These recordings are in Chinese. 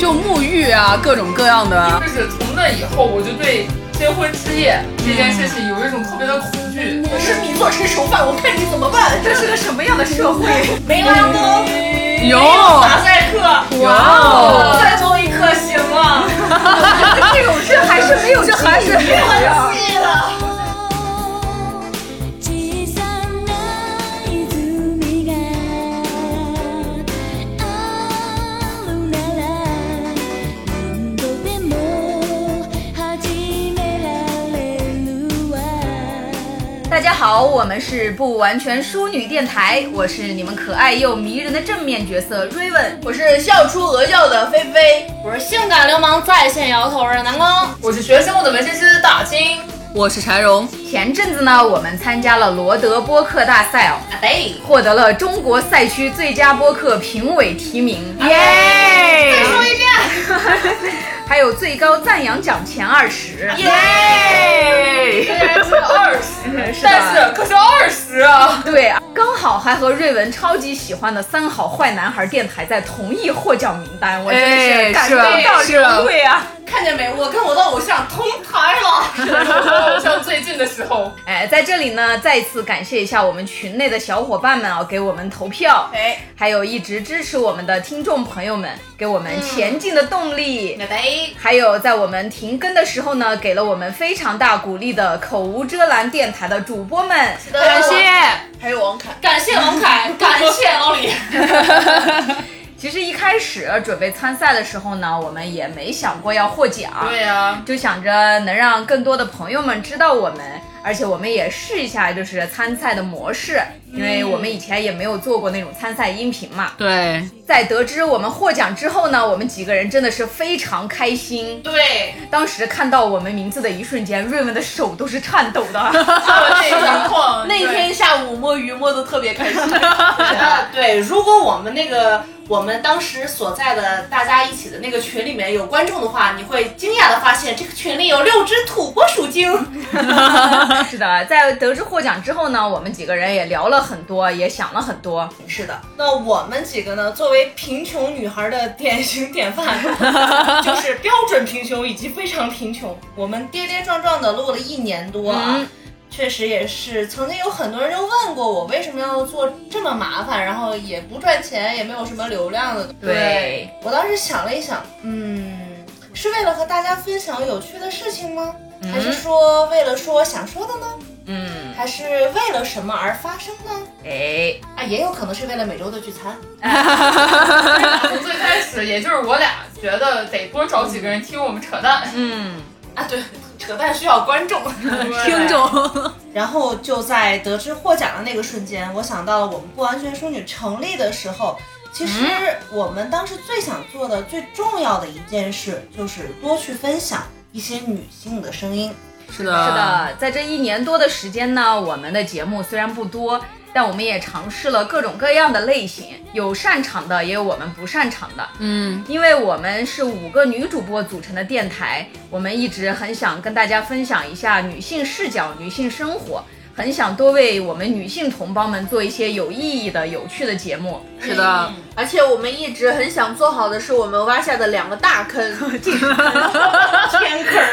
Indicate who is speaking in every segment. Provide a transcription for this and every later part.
Speaker 1: 就沐浴啊，各种各样的。
Speaker 2: 就是从那以后，我就对结婚之夜这件事情有一种特别的恐惧。
Speaker 3: 我嗯是米做成熟饭，我看你怎么办。这是个什么样的社会？梅拉风，
Speaker 1: 有
Speaker 3: 马赛克，
Speaker 1: 哇哦，
Speaker 3: 再多一颗啊行吗？
Speaker 1: 这种事还是没有，这还是没有。
Speaker 3: 气了。
Speaker 4: 「小さな泉があるなら」「何度でも始められるわ」
Speaker 1: 大家好，我们是不完全淑女电台，我是你们可爱又迷人的正面角色 Raven，
Speaker 3: 我是笑出鹅叫的菲菲，
Speaker 5: 我是性感流氓在线摇头的南宫，
Speaker 2: 我是学生物的纹身师大 金，
Speaker 1: 我是柴荣。前阵子呢，我们参加了罗德播客大赛哦，
Speaker 3: 哎，
Speaker 1: 获得了中国赛区最佳播客评委提名，耶！再说一遍， 还有最高赞扬奖前二十，耶！
Speaker 2: 虽然是二十，
Speaker 1: 是的
Speaker 2: 但是可是二十 啊！
Speaker 1: 对啊，刚好还和瑞文超级喜欢的三好坏男孩电台在同一获奖名单，我真的
Speaker 2: 哎
Speaker 1: 是感
Speaker 2: 是
Speaker 1: 动
Speaker 2: 啊
Speaker 1: 到
Speaker 2: 是啊
Speaker 1: 流泪啊！
Speaker 3: 看见没？我跟我的偶像同台了。
Speaker 2: 像最近的时候，
Speaker 1: 哎，在这里呢，再一次感谢一下我们群内的小伙伴们啊，给我们投票，
Speaker 3: 哎，
Speaker 1: 还有一直支持我们的听众朋友们，给我们前进的动力。
Speaker 3: 哎，
Speaker 1: 还有在我们停更的时候呢，给了我们非常大鼓励的口无遮拦电台的主播们，
Speaker 3: 感谢，还有王凯，
Speaker 5: 感谢王凯，感谢老李。
Speaker 1: 其实一开始准备参赛的时候呢，我们也没想过要获奖，
Speaker 2: 对啊呀、
Speaker 1: 就想着能让更多的朋友们知道我们，而且我们也试一下就是参赛的模式，因为我们以前也没有做过那种参赛音频嘛。
Speaker 6: 对，
Speaker 1: 在得知我们获奖之后呢，我们几个人真的是非常开心。
Speaker 3: 对，
Speaker 1: 当时看到我们名字的一瞬间，瑞文的手都是颤抖 的。
Speaker 3: 他们那情况，
Speaker 5: 那
Speaker 3: 对
Speaker 5: 天下午摸鱼摸得特别开心，
Speaker 3: 啊， 对，如果我们那个我们当时所在的大家一起的那个群里面有观众的话，你会惊讶的发现这个群里有六只土拨鼠精。
Speaker 1: 是的，在得知获奖之后呢，我们几个人也聊了很多，也想了很多。
Speaker 3: 是的，那我们几个呢，作为贫穷女孩的典型典范，就是标准贫穷以及非常贫穷。我们跌跌撞撞的录了一年多啊。
Speaker 1: 嗯
Speaker 3: 确实也是，曾经有很多人就问过我为什么要做这么麻烦，然后也不赚钱，也没有什么流量的。
Speaker 1: 对
Speaker 3: 我当时想了一想，嗯，是为了和大家分享有趣的事情吗？还是说为了说我想说的呢？
Speaker 1: 嗯，
Speaker 3: 还是为了什么而发生呢？
Speaker 1: 哎，
Speaker 3: 啊，也有可能是为了每周的聚餐。
Speaker 2: 从最开始，也就是我俩觉得得多找几个人听我们扯淡，
Speaker 1: 嗯，
Speaker 3: 啊，对，扯淡需要观众。
Speaker 2: 听
Speaker 6: 众
Speaker 3: 然后就在得知获奖的那个瞬间，我想到了我们不完全淑女成立的时候，其实我们当时最想做的、最重要的一件事，就是多去分享一些女性的声音。
Speaker 6: 是
Speaker 1: 是
Speaker 6: 的，
Speaker 1: 的，在这一年多的时间呢，我们的节目虽然不多，但我们也尝试了各种各样的类型，有擅长的，也有我们不擅长的。
Speaker 6: 嗯，
Speaker 1: 因为我们是五个女主播组成的电台，我们一直很想跟大家分享一下女性视角、女性生活，很想多为我们女性同胞们做一些有意义的、有趣的节目。
Speaker 6: 是的，
Speaker 5: 而且我们一直很想做好的是我们挖下的两个大 坑，
Speaker 3: 天坑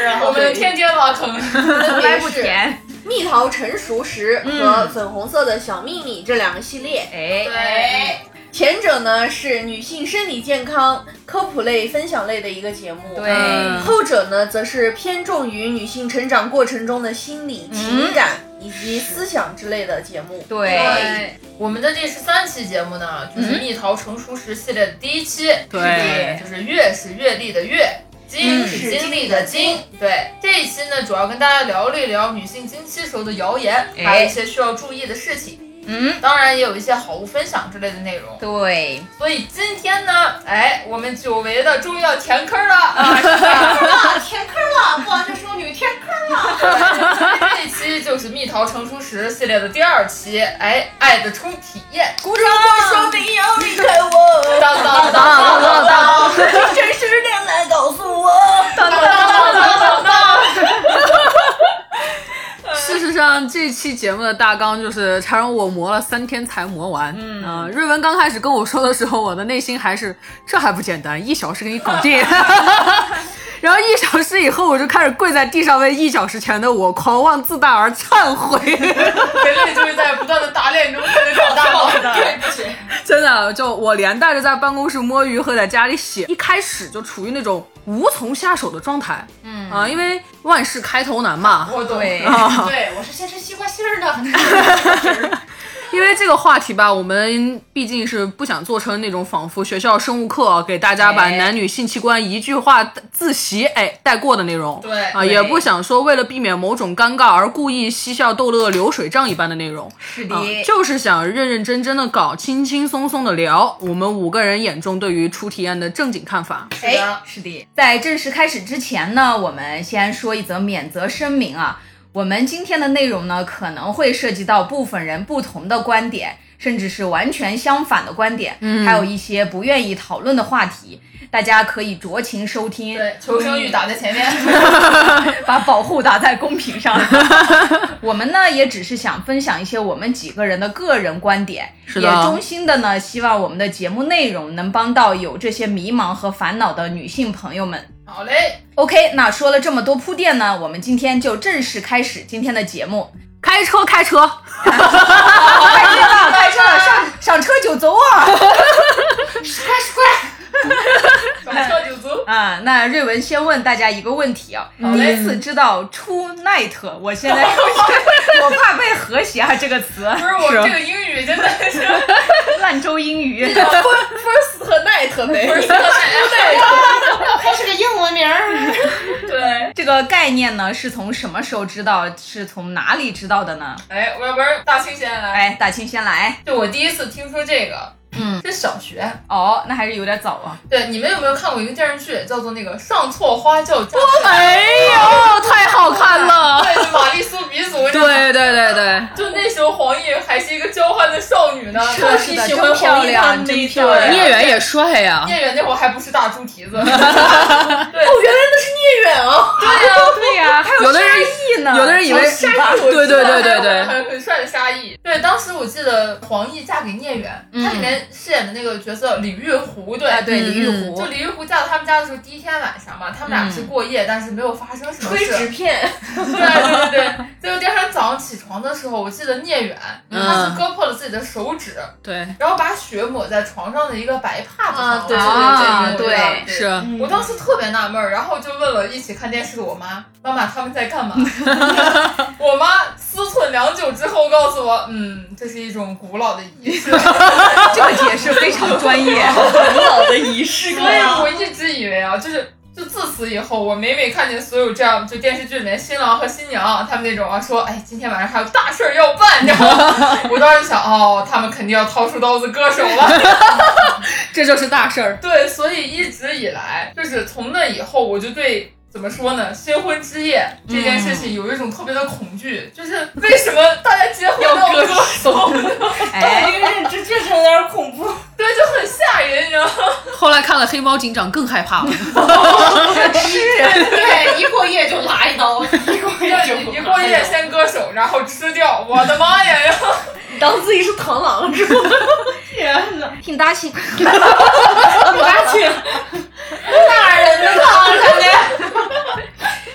Speaker 3: 啊！
Speaker 2: 我们天天挖坑。
Speaker 1: 从来不甜，
Speaker 5: 蜜桃成熟时和粉红色的小秘密这两个系列。
Speaker 1: 哎，
Speaker 2: 对，
Speaker 5: 前者呢是女性生理健康科普类、分享类的一个节目，
Speaker 1: 对，
Speaker 6: 嗯
Speaker 5: 后者呢，则是偏重于女性成长过程中的心理、情感以及思想之类的节目。
Speaker 1: 对，
Speaker 2: 我们的第十三期节目呢，就是蜜桃成熟时系列的第一期，
Speaker 6: 对
Speaker 2: 就是月是阅历的月，经是经历的经，对，这一期呢，主要跟大家聊了一聊女性经期时候的谣言，
Speaker 1: 哎
Speaker 2: 还有一些需要注意的事情，
Speaker 1: 嗯，
Speaker 2: 当然也有一些好物分享之类的内容。
Speaker 1: 对，
Speaker 2: 所以今天呢，哎，我们久违的终于要填坑了啊！是吧
Speaker 3: 天坑了，不完全淑女天坑。
Speaker 2: 这一期就是蜜桃成熟时系列的第二期，哎，爱的初体验，
Speaker 3: 如果说你要离开 我，
Speaker 2: 当当当当当当。
Speaker 3: 你真是恋爱告诉我。
Speaker 6: 事实上，这这期节目的大纲就是缠绕我磨了三天才磨完。嗯、瑞文刚开始跟我说的时候，我的内心还是这还不简单，一小时给你搞定。 然后一小时以后，我就开始跪在地上为一小时前的我狂妄自大而忏悔。
Speaker 2: 人类就是在不断的打脸中才能长大嘛。对，
Speaker 6: 真的，就我连带着在办公室摸鱼和在家里写，一开始就处于那种无从下手的状态。嗯啊、因为万事开头难嘛。
Speaker 2: 我懂。
Speaker 1: 对
Speaker 2: 对，我是先吃西瓜芯儿的。
Speaker 6: 因为这个话题吧，我们毕竟是不想做成那种仿佛学校生物课给大家把
Speaker 1: 哎
Speaker 6: 男女性器官一句话自习哎带过的内容，
Speaker 2: 对
Speaker 6: 啊，
Speaker 2: 对
Speaker 6: 也不想说为了避免某种尴尬而故意嬉笑逗乐、流水账一般的内容，
Speaker 1: 是的
Speaker 6: 啊，就是想认认真真的搞，轻轻松松的聊我们五个人眼中对于出题案的正经看法。
Speaker 2: 是的
Speaker 1: 哎，是的。在正式开始之前呢，我们先说一则免责声明啊。我们今天的内容呢，可能会涉及到部分人不同的观点，甚至是完全相反的观点，嗯、还有一些不愿意讨论的话题，大家可以酌情收听，
Speaker 2: 对，求生欲打在前面。
Speaker 1: 把 保护打在公 屏上。我们呢，也只是想分享一些我们几个人的个人观点，
Speaker 6: 是的
Speaker 1: 也衷心的呢，希望我们的节目内容能帮到有这些迷茫和烦恼的女性朋友们。
Speaker 2: 好嘞，
Speaker 1: OK，那说了这么多铺垫呢，我们今天就正式开始今天的节目。
Speaker 6: 开车，开车，
Speaker 1: 开车了，开车了，上上车就走 啊！
Speaker 2: 转车就走。
Speaker 1: 啊，那瑞文先问大家一个问题啊，
Speaker 3: 嗯
Speaker 2: 好
Speaker 1: 第
Speaker 2: 嘞
Speaker 1: 一次知道 “true night”，我现 在我怕被和谐啊这个词，
Speaker 2: 不是我这个英语真的是 first
Speaker 1: 烂周英 语。
Speaker 5: 和 night 没
Speaker 3: 还是个英文名儿。
Speaker 2: 对，
Speaker 1: 这个概念呢，是从什么时候知道？是从哪里知道的呢？
Speaker 2: 哎，我要不然大清先来。
Speaker 1: 哎，大清先来。
Speaker 2: 就我第一次听说这个，
Speaker 1: 嗯，
Speaker 2: 是小学。
Speaker 1: 哦，那还是有点早啊。
Speaker 2: 对，你们有没有看过一个电视剧，叫做那个《上错花轿嫁错郎》？
Speaker 1: 哎
Speaker 6: 没有，太好看了。
Speaker 2: 对，就玛丽苏鼻祖。你知道吗
Speaker 6: 对对对对，
Speaker 2: 就那时候黄奕还是一个娇憨的少女呢，
Speaker 1: 是的是的真漂亮真漂亮
Speaker 6: 聂远也帅呀、
Speaker 2: 聂远那会儿还不是大猪蹄 子，对，哦，原来
Speaker 1: 哦
Speaker 2: 那是聂远哦，
Speaker 6: 哎
Speaker 2: 对呀、
Speaker 1: 对呀、还
Speaker 6: 有的人
Speaker 1: 意呢
Speaker 6: 有的人以为
Speaker 1: 小沙溢
Speaker 6: 对对对对对，
Speaker 2: 很很帅的沙溢。对，当时我记得黄奕嫁给聂远，她里面饰演的那个角色李玉湖，对
Speaker 1: 嗯啊，对李玉
Speaker 6: 嗯
Speaker 1: 湖嗯
Speaker 2: 就，李玉湖嫁到他们家的时候，第一天晚上嘛，他们俩是过夜，但是没有发生什么
Speaker 5: 吹纸
Speaker 2: 事。
Speaker 5: 片，
Speaker 2: 对 对对对，结果第二天早上起床的时候，我记得聂远他是割破了自己的手指，
Speaker 6: 对，
Speaker 2: 然后把血抹在床上的一个白帕子上。
Speaker 5: 啊对
Speaker 1: 对
Speaker 2: 对
Speaker 1: 对对对
Speaker 2: 对
Speaker 6: 是。
Speaker 2: 我当时特别纳闷儿，然后就问了一起看电视的我妈：“妈妈他们在干嘛？”我妈思忖良久之后告诉我：“嗯，这是一种古老的仪式。”
Speaker 1: 这个解释非常专业。
Speaker 5: 古老的 仪式
Speaker 2: 所以我一直以为啊，就是就自此以后，我每每看见所有这样就电视剧里面新郎和新娘啊他们那种啊说，哎，今天晚上还有大事儿要办，然后 我当时想，哦，他们肯定要掏出刀子割手了。
Speaker 6: 这就是大事儿。
Speaker 2: 对，所以一直以来，就是从那以后，我就对。怎么说呢？新婚之夜这件事情有一种特别的恐 惧，就是为什么大家结婚要割手？
Speaker 1: 哎，
Speaker 3: 这个认知确实有点恐怖。
Speaker 2: 对，就很吓人，你知道吗？
Speaker 6: 后来看了《黑猫警长》更害怕了。
Speaker 3: 对，一过夜就拉一刀，一过夜就
Speaker 2: 一过夜先割手，然后吃掉，我的妈呀！然后
Speaker 5: 当自己是螳螂 是吧？
Speaker 3: 天哪！
Speaker 1: 挺大气。
Speaker 3: 我大去，大人的螳螂感觉。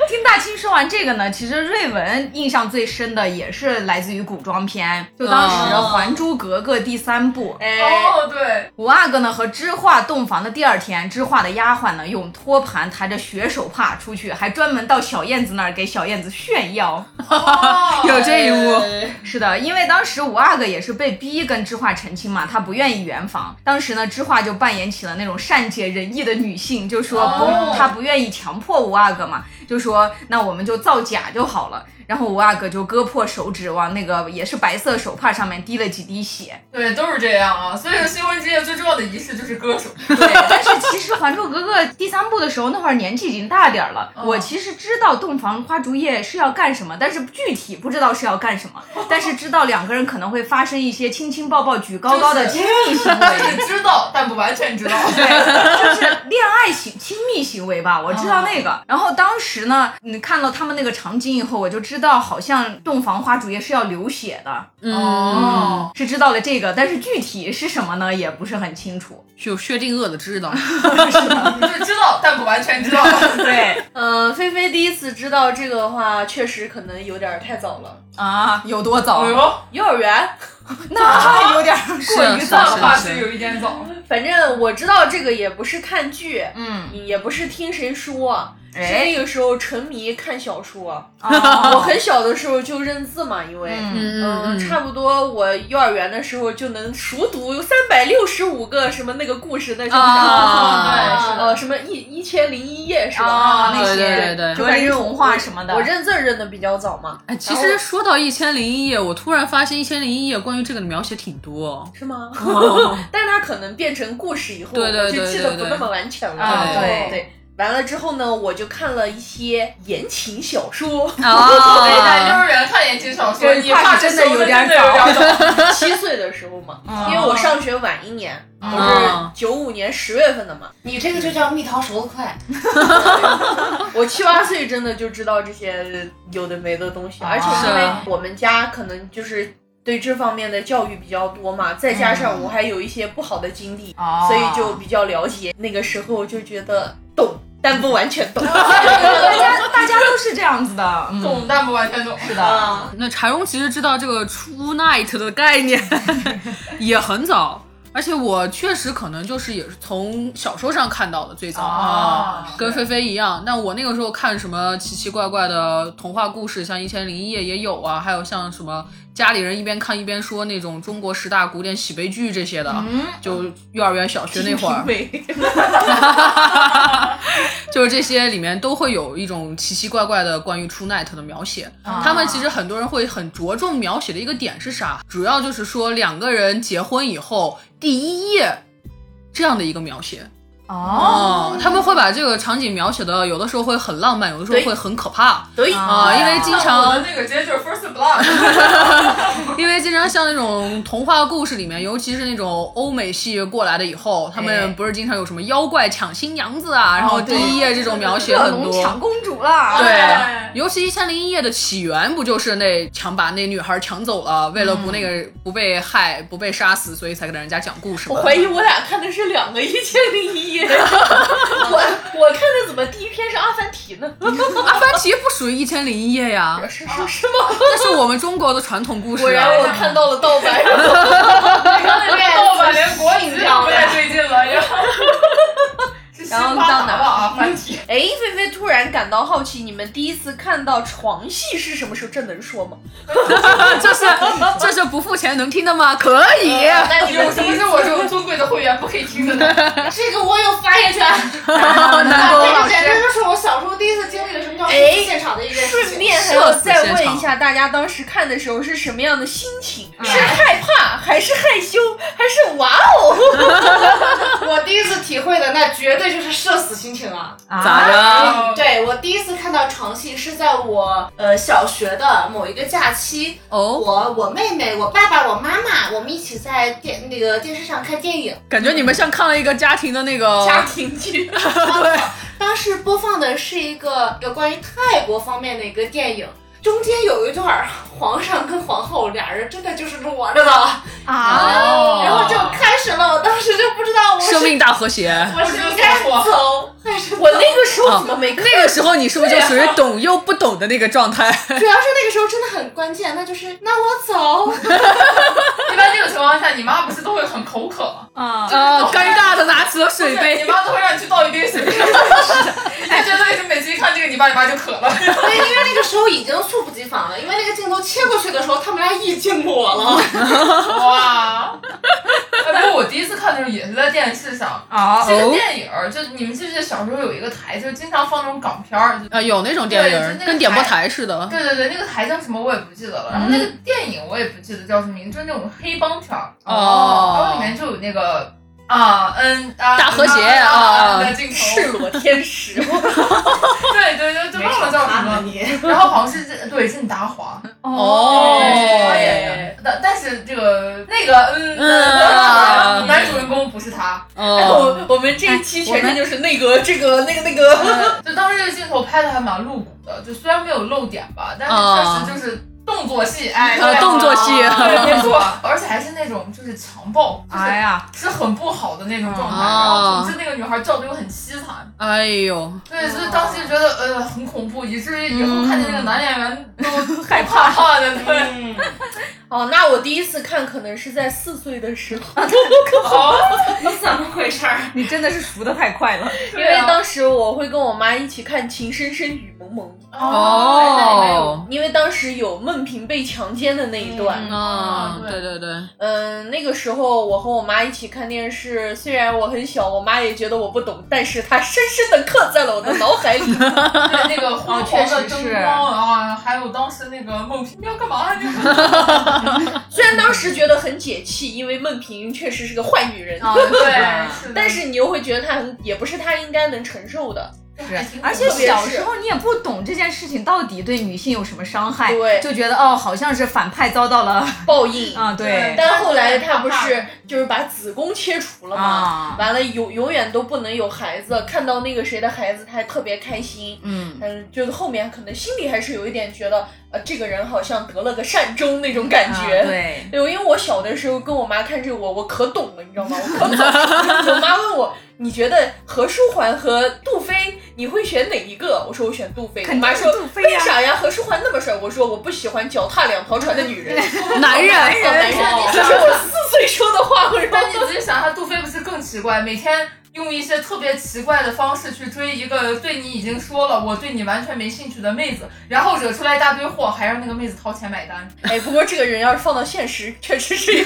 Speaker 1: 听大清说完这个呢，其实瑞文印象最深的也是来自于古装片，就当时《
Speaker 6: 哦
Speaker 1: 还珠格格》第三部。
Speaker 5: 哎，
Speaker 2: 哦，对，
Speaker 1: 五阿哥呢和知画洞房的第二天，知画的丫鬟呢用托盘抬着血手帕出去，还专门到小燕子那儿给小燕子炫耀。
Speaker 2: 哦
Speaker 6: 有这一幕，
Speaker 1: 是的，因为当时五阿哥也是被逼跟知画成亲嘛，他不愿意圆房。当时呢，知画就扮演起了那种善解人意的女性，就说不，
Speaker 2: 哦
Speaker 1: 她不愿意强迫五阿哥嘛，就说那我们就造假就好了。然后五阿哥就割破手指，往那个也是白色手帕上面滴了几滴血。
Speaker 2: 对，都是这样啊。所以说，新婚之夜最重要的仪式就是歌手。
Speaker 1: 对，但是其实《还珠格格》第三部的时候，那会儿年纪已经大点儿了。我其实知道洞房花烛夜是要干什么，但是具体不知道是要干什么，但是知道两个人可能会发生一些亲亲抱抱、举高高的
Speaker 2: 就是
Speaker 1: 亲密行 为。
Speaker 2: 就是知道，但不完全知道。
Speaker 1: 对，就是恋爱行亲密行为吧，我知道那个。然后当时呢，你看到他们那个场景以后，我就知知道好像洞房花烛夜是要流血的，
Speaker 6: 嗯，
Speaker 2: 哦，
Speaker 1: 是知道了这个，但是具体是什么呢，也不是很清楚。
Speaker 6: 有薛定谔的知道，
Speaker 2: 就是知道，但不完全 知道。哎
Speaker 1: 对
Speaker 5: 嗯，菲菲第一次知道这个的话，确实可能有点儿太早了。
Speaker 1: 啊，有多早
Speaker 2: 哎？呦，
Speaker 5: 幼儿园，
Speaker 1: 那有点
Speaker 6: 是
Speaker 1: 过于
Speaker 6: 是
Speaker 1: 早
Speaker 2: 算
Speaker 1: 了。
Speaker 2: 话
Speaker 6: 是
Speaker 2: 是有一点早。
Speaker 5: 反正我知道这个也不是看剧，
Speaker 1: 嗯，
Speaker 5: 也不是听谁说，是
Speaker 1: 哎
Speaker 5: 那个时候沉迷看小说。我
Speaker 1: 哦
Speaker 5: 很小的时候就认字嘛，因为。
Speaker 1: 嗯
Speaker 6: 嗯
Speaker 5: 嗯，差不多。我幼儿园的时候就能熟读三百六十五个什么那个故事，那叫
Speaker 1: 啊
Speaker 5: 啥
Speaker 2: 对是的
Speaker 5: 呃，什么一一千零一夜是吧？
Speaker 1: 啊，那
Speaker 6: 对对
Speaker 1: 些
Speaker 6: 对对
Speaker 1: 格林童话什么的，
Speaker 5: 我认字儿认的比较早 嘛，
Speaker 6: 哎，其实说到《一千零一夜》，我突然发现《一千零一夜》关于这个的描写挺 多。
Speaker 5: 是吗？但是它可能变成故事以后，
Speaker 6: 对对
Speaker 5: 我就
Speaker 6: 对
Speaker 5: 记得
Speaker 6: 对
Speaker 5: 不
Speaker 6: 对
Speaker 5: 那么完全了。
Speaker 2: 啊
Speaker 1: 对
Speaker 5: 对。完了之后呢，我就看了一些言情小说，
Speaker 2: 对，
Speaker 1: 哦
Speaker 2: 在幼
Speaker 6: 啊，
Speaker 2: 儿园看言情小说，
Speaker 1: 这
Speaker 2: 你
Speaker 1: 话
Speaker 2: 怕
Speaker 1: 是真
Speaker 2: 真
Speaker 1: 的
Speaker 2: 的
Speaker 1: 有点
Speaker 2: 有点 早。
Speaker 5: 七岁的时候嘛，
Speaker 1: 哦
Speaker 5: 因为我上学晚一年，我
Speaker 6: 哦
Speaker 5: 是九五年十月份的嘛，
Speaker 3: 你这个就叫蜜桃熟得快，
Speaker 5: 我七八岁真的就知道这些有的没的东西，而且
Speaker 6: 是
Speaker 5: 因为我们家可能就是对这方面的教育比较多嘛，再加上我还有一些不好的经历，
Speaker 1: 哦
Speaker 5: 所以就比较了解。那个时候就觉得懂，但不完全懂。
Speaker 1: 大家大家都是这样子的，嗯，
Speaker 2: 懂但不完全懂。是，
Speaker 5: 啊，
Speaker 6: 那柴荣其实知道这个 “true night” 的概念也很早，而且我确实可能就是也是从小说上看到的最早
Speaker 2: 啊
Speaker 6: 跟菲菲一样。那我那个时候看什么奇奇怪怪的童话故事，像《一千零一夜》也有啊，还有像什么家里人一边看一边说那种中国十大古典喜悲剧这些的，就幼儿园、小学那会儿。就是这些里面都会有一种奇奇怪怪的关于 True Night 的描写。他们其实很多人会很着重描写的一个点是啥？主要就是说两个人结婚以后第一夜这样的一个描写。
Speaker 1: 哦，
Speaker 6: 嗯他们会把这个场景描写的有的时候会很浪漫，有的时候
Speaker 5: 对哦
Speaker 6: 会很可怕
Speaker 5: 对
Speaker 6: 啊，因为经
Speaker 2: 我
Speaker 6: 常
Speaker 2: 的那个直接就是 first blood，
Speaker 6: 因为经常像那种童话故事里面，尤其是那种欧美系过来的以后，他
Speaker 1: 哎
Speaker 6: 们不是经常有什么妖怪抢新娘子啊，然后第一夜这种描写
Speaker 1: 恶
Speaker 6: 很
Speaker 1: 龙
Speaker 6: 多，
Speaker 1: 抢公主了，
Speaker 2: 哎
Speaker 6: 对，尤其《一千零一夜》的起源不就是那强把那女孩抢走了，为了不那个不被害、不被杀死，所以才给人家讲故事
Speaker 5: 我
Speaker 6: 嘛。
Speaker 5: 怀疑我俩看的是两个一千零一夜， 我我看的怎么第一篇是阿凡提呢？
Speaker 6: 阿凡提不属于《一千零一夜》 呀，
Speaker 5: 是是是吗？
Speaker 6: 那是我们中国的传统故
Speaker 5: 果
Speaker 6: 事
Speaker 5: 然 哎我
Speaker 6: 啊。
Speaker 5: 看到了盗版，
Speaker 2: 那 边盗版连国籍都不太对劲了，要。 是西瓜打吧啊，繁体。
Speaker 5: 哎，菲菲突然感到好奇，你们第一次看到床戏是什么时候？这能说吗？
Speaker 6: 这是这是不付钱能听的吗？可以。
Speaker 5: 那 你
Speaker 2: 有
Speaker 5: 们
Speaker 2: 什
Speaker 5: 第
Speaker 2: 么是
Speaker 5: 一次
Speaker 2: 我这种尊贵的会员不可以听的呢？
Speaker 3: 这个我有发言权。
Speaker 6: 南
Speaker 3: 这
Speaker 6: 宫
Speaker 3: 个
Speaker 6: 老
Speaker 3: 简直
Speaker 6: 师，
Speaker 3: 就是我小时候第一次经历的什么叫
Speaker 5: 哎
Speaker 3: 现场的一件事
Speaker 5: 顺
Speaker 3: 情。
Speaker 5: 便还要再问一下大家，当时看的时候是什么样的心情？是害怕，还是害羞，还是哇哦？
Speaker 3: 我第一次体会的那绝对就是社死心情啊！
Speaker 6: 咋的？
Speaker 2: 啊
Speaker 3: 对我第一次看到床戏是在我呃小学的某一个假期，
Speaker 6: 哦，
Speaker 3: 我我妹妹、我爸爸、我妈妈，我们一起在电那个电视上看电影。
Speaker 6: 感觉你们像看了一个家庭的那个
Speaker 5: 家庭剧，
Speaker 6: 对，
Speaker 3: 当时播放的是一个有关于泰国方面的一个电影，中间有一段儿皇上跟皇后俩人真的就是裸着的，
Speaker 1: 啊，
Speaker 3: 然后就开始了。我当时就不知道我是
Speaker 6: 哦生命大和谐。
Speaker 3: 我是应该走还 是
Speaker 5: 我那个时候怎么没看？
Speaker 6: 那个时候你是不是就属于懂又不懂的那个状态？
Speaker 3: 主要是那个时候真的很关键，那就是那我 走。
Speaker 2: 一般这种情况下，你妈不是都会很口渴吗？
Speaker 1: 啊，
Speaker 6: 呃， 尴尬的拿起了水
Speaker 2: 对，你
Speaker 6: 杯。
Speaker 2: 妈都会让你去倒一 杯水。你觉得为什么每次一看这个，你爸你妈就渴了？
Speaker 3: 对，因为那个时候已经猝不及防了，因为那个镜头切过去的时候，他们俩已经裸了。
Speaker 2: 哇！哎，不过我第一次看的时候也是在电视上。
Speaker 1: 啊，
Speaker 3: 哦
Speaker 2: 这个
Speaker 6: 哦
Speaker 2: 电影儿，就你们记不记得小时候有一个台，就经常放那种港片儿，就
Speaker 6: 啊，有那种电
Speaker 2: 对就那
Speaker 6: 影
Speaker 2: 个
Speaker 6: 跟点播台似的，
Speaker 2: 对对对，那个台叫什么我也不记得
Speaker 6: 嗯
Speaker 2: 了，然后那个电影我也不记得叫什么名，就是那种黑帮片儿，
Speaker 6: 哦
Speaker 2: 然后里面就有那个啊嗯啊
Speaker 6: 大和谐
Speaker 2: 啊
Speaker 6: 啊
Speaker 2: 的镜头，
Speaker 5: 赤裸天使，
Speaker 2: 对对对，就忘了叫什么，
Speaker 3: 你
Speaker 2: 然后好像是这对任达华，
Speaker 1: 哦
Speaker 2: 哎但但是这个那个嗯，
Speaker 6: 啊
Speaker 2: 嗯男主人公不是他，
Speaker 6: 哦，
Speaker 5: 哎我们这一期全程就是那个这个那个那个，
Speaker 6: 嗯
Speaker 2: 就当时这个镜头拍的还蛮露骨的，就虽然没有露点吧，但是确实就是动作戏，哎，
Speaker 6: 呃
Speaker 2: 对
Speaker 6: 嗯动作戏
Speaker 2: 对，没错，而且还是那种就是强暴，就是
Speaker 1: 哎呀，
Speaker 2: 是很不好的那种状态，
Speaker 6: 哦
Speaker 2: 然后导致那个女孩叫的又很凄惨，
Speaker 6: 哎呦，
Speaker 2: 对，所以当时觉得呃很恐怖，以至于以后看见那个男演员都害怕怕的，对，
Speaker 3: 嗯，
Speaker 5: 哦，那我第一次看可能是在四岁的时候，
Speaker 2: 哦，
Speaker 3: 你怎么回事儿？
Speaker 1: 你真的是熟的太快了。
Speaker 5: 因为当时我会跟我妈一起看《情深深雨蒙蒙
Speaker 6: 哦》，，
Speaker 5: 因为当时有孟平被强奸的那一
Speaker 1: 嗯
Speaker 5: 段，
Speaker 6: 啊，
Speaker 1: 哦
Speaker 2: 对
Speaker 6: 对对对，
Speaker 5: 嗯，那个时候我和我妈一起看电视，虽然我很小，我妈也觉得我不懂，但是她深深的刻在了我的脑海里。
Speaker 2: 对那个昏黄的灯光啊，还有当时那个孟平要干嘛来着？
Speaker 5: 虽然当时觉得很解气，因为孟平确实是个坏女
Speaker 1: 哦
Speaker 5: 人，
Speaker 1: 嗯
Speaker 2: 对，是的
Speaker 5: 但是你又会觉得她很，也不是她应该能承受的。
Speaker 2: 还挺恐怖的
Speaker 1: 而且小时候你也不懂这件事情到底对女性有什么伤害，
Speaker 5: 对
Speaker 1: 就觉得哦，好像是反派遭到了
Speaker 5: 报应。
Speaker 1: 啊，对，
Speaker 5: 但后来她不是就是把子宫切除了吗
Speaker 1: 啊？
Speaker 5: 完了永永远都不能有孩子，看到那个谁的孩子，她还特别开心。
Speaker 1: 嗯，
Speaker 5: 嗯，就是后面可能心里还是有一点觉得，呃，这个人好像得了个善终那种感
Speaker 1: 啊
Speaker 5: 觉。
Speaker 1: 对，
Speaker 5: 对，因为我小的时候跟我妈看这个，我我可懂了，你知道吗？我可懂了。 我妈问我，你觉得何书桓和杜飞，你会选哪一个？我说我选杜飞。我
Speaker 1: 肯定
Speaker 5: 妈
Speaker 1: 是
Speaker 5: 说
Speaker 1: 杜飞
Speaker 5: 为
Speaker 1: 呀
Speaker 5: 啥呀？何书桓那么帅。我说我不喜欢脚踏两条船的女人。
Speaker 6: 男人，
Speaker 5: 小男人，哦这是我四岁说的话。我说
Speaker 2: 但你仔细想一下，杜飞不是更奇怪？每天用一些特别奇怪的方式去追一个对你已经说了我对你完全没兴趣的妹子，然后惹出来一大堆祸，还让那个妹子掏钱买单。
Speaker 5: 哎，不过这个人要是放到现实，确实是 有，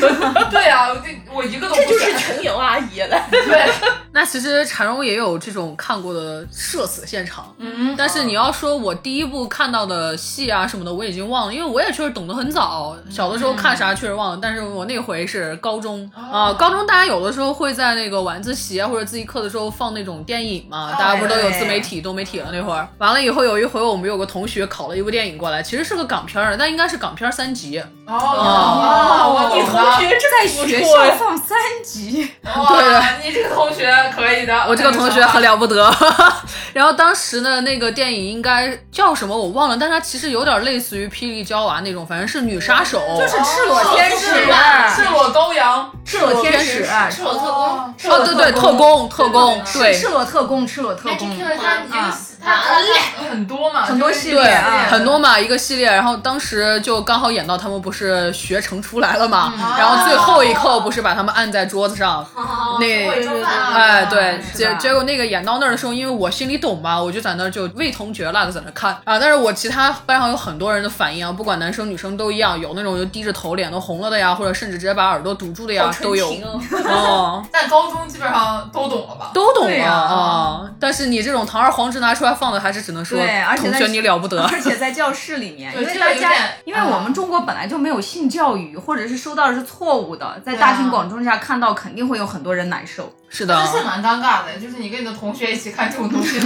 Speaker 2: 对啊，我就我一个都不
Speaker 5: 这就
Speaker 2: 选
Speaker 5: 是琼瑶阿姨了。
Speaker 2: 对，
Speaker 6: 那其实产荣也有这种看过的社死现场，
Speaker 1: 嗯，
Speaker 6: 但是你要说我第一部看到的戏啊什么的，我已经忘了，因为我也确实懂得很早，小的时候看啥确实忘了，但是我那回是高中啊、
Speaker 2: 哦
Speaker 6: 高中大家有的时候会在那个晚自习啊或者自习课的时候放那种电影嘛，大家不是都有自媒体、多媒体了那会儿，完了以后有一回我们有个同学考了一部电影过来，其实是个港片儿，但应该是港片儿三级，
Speaker 2: 哦，哦
Speaker 5: 你
Speaker 2: 我懂
Speaker 5: 同
Speaker 2: 了。
Speaker 5: 学真
Speaker 1: 在
Speaker 5: 不
Speaker 1: 学
Speaker 5: 错
Speaker 1: 校放三级，
Speaker 2: 哇，你这个同学可以的，
Speaker 6: 我这个
Speaker 2: 啊
Speaker 6: 同学很了不得。 然后当时呢，那个电影应该叫什么我忘了，但它其实有点类似于《霹雳娇娃》那种，反正是女杀手，哦就是
Speaker 1: 赤裸
Speaker 2: 哦
Speaker 1: 天使哎
Speaker 2: 赤裸羔羊，
Speaker 1: 赤裸天使，啊
Speaker 3: 赤裸特工，赤
Speaker 6: 哦，
Speaker 3: 裸
Speaker 6: 对对，特工，特工，对
Speaker 1: 赤。裸特工，赤裸特
Speaker 5: 嗯
Speaker 1: 工，
Speaker 2: 他一
Speaker 5: 啊
Speaker 2: 个系他啊他他很多嘛，
Speaker 1: 很多
Speaker 2: 就是
Speaker 1: 系
Speaker 6: 对
Speaker 1: 列啊，
Speaker 6: 很多嘛，一个系列，然后当时就刚好演到他们不是学成出来了嘛，然后最后一刻不是把他们按在桌子上，那
Speaker 3: 对
Speaker 5: 啊
Speaker 3: 对对
Speaker 6: 哎，对，
Speaker 1: 啊是
Speaker 6: 结
Speaker 1: 吧
Speaker 6: 结果那个演到那儿的时候，因为我心里懂嘛，我就在那儿就味同嚼蜡的在那儿看啊。但是我其他班上有很多人的反应啊，不管男生女生都一样，有那种就低着头脸都红了的呀，或者甚至直接把耳朵堵住的呀，都有
Speaker 5: 纯情 哦
Speaker 6: 哦，
Speaker 2: 在高中基本上都懂了吧？
Speaker 6: 都懂
Speaker 1: 对
Speaker 6: 了
Speaker 1: 啊
Speaker 6: 啊。但是你这种堂而皇之拿出来放的，还是只能说
Speaker 1: 对而且
Speaker 6: 同
Speaker 1: 在
Speaker 6: 学你了不 得。
Speaker 1: 而且在教室里面，因
Speaker 2: 对
Speaker 1: 为
Speaker 2: 这
Speaker 1: 大
Speaker 2: 个有
Speaker 1: 家
Speaker 2: 点，嗯
Speaker 1: 因为我们中国本来就没有性教育，或者是收到的是错误的，在
Speaker 2: 啊
Speaker 1: 大庭广众下看到，肯定会有很多人难受。
Speaker 6: 是的
Speaker 2: 这，是蛮尴尬的，就是你跟你的同学一起看这种 东西，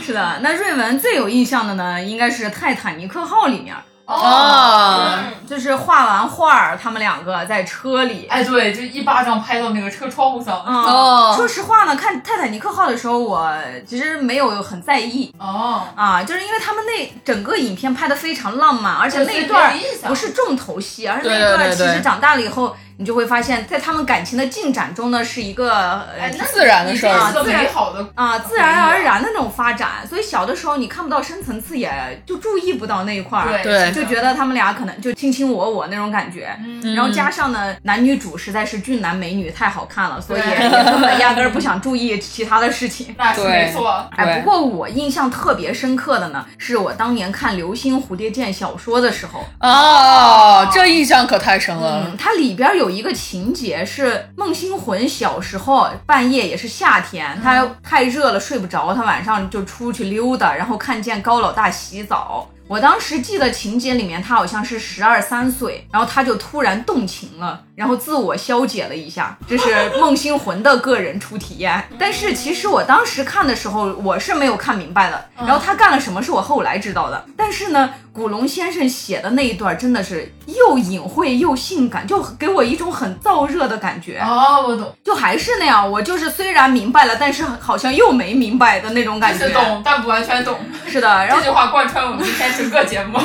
Speaker 1: 是的，那瑞文最有印象的呢，应该是《泰坦尼克号》里面，
Speaker 2: 哦
Speaker 6: 啊，
Speaker 1: 就是画完画儿，他们两个在车里。
Speaker 2: 哎，对，就一巴掌拍到那个车窗户上。
Speaker 1: 嗯，
Speaker 6: 哦
Speaker 1: 说实话呢，看《泰坦尼克号》的时候，我其实没有很在意
Speaker 2: 哦，
Speaker 1: 啊，就是因为他们那整个影片拍的非常浪漫，而且
Speaker 2: 对
Speaker 1: 那
Speaker 2: 所以
Speaker 1: 一段儿
Speaker 2: 没有印象
Speaker 1: 不是重头戏，而是
Speaker 6: 对
Speaker 1: 那一段儿
Speaker 6: 对
Speaker 1: 其
Speaker 6: 对
Speaker 1: 实
Speaker 6: 对
Speaker 1: 长大了以后，你就会发现，在他们感情的进展中呢，是一个呃
Speaker 2: 哎，那
Speaker 6: 自然的事儿
Speaker 2: 你这是个美好的，
Speaker 1: 啊，自然而然的那种发展，所以小的时候你看不到深层次，也就注意不到那一块儿，
Speaker 6: 啊对
Speaker 1: 就觉得他们俩可能就卿卿我我那种感觉。
Speaker 2: 嗯。
Speaker 1: 然后加上呢，男女主实在是俊男美女太好看了，所以也根本压根儿不想注意其他的事情
Speaker 2: 那是
Speaker 6: 对
Speaker 2: 没错。
Speaker 1: 哎，
Speaker 6: 对
Speaker 1: 不过我印象特别深刻的呢，是我当年看《流星蝴蝶剑》小说的时候，
Speaker 6: 哦，这印象可太深了。
Speaker 1: 嗯，它里边儿有一个情节是孟星魂小时候半夜也是夏天，他太热了睡不着，他晚上就出去溜达，然后看见高老大洗澡。我当时记得情节里面，他好像是十二三岁，然后他就突然动情了，然后自我消解了一下，这是《梦星魂》的个人初体验。但是其实我当时看的时候，我是没有看明白的。
Speaker 2: 嗯
Speaker 1: 然后他干了什么，是我后来知道的。但是呢，古龙先生写的那一段真的是又隐晦又性感，就给我一种很燥热的感觉。
Speaker 2: 哦，我懂，
Speaker 1: 就还是那样，我就是虽然明白了，但是好像又没明白的那种感
Speaker 2: 就
Speaker 1: 觉。
Speaker 2: 是懂，但不完 全懂。
Speaker 1: 是的，然后
Speaker 2: 这句话贯穿我们今天整个节目。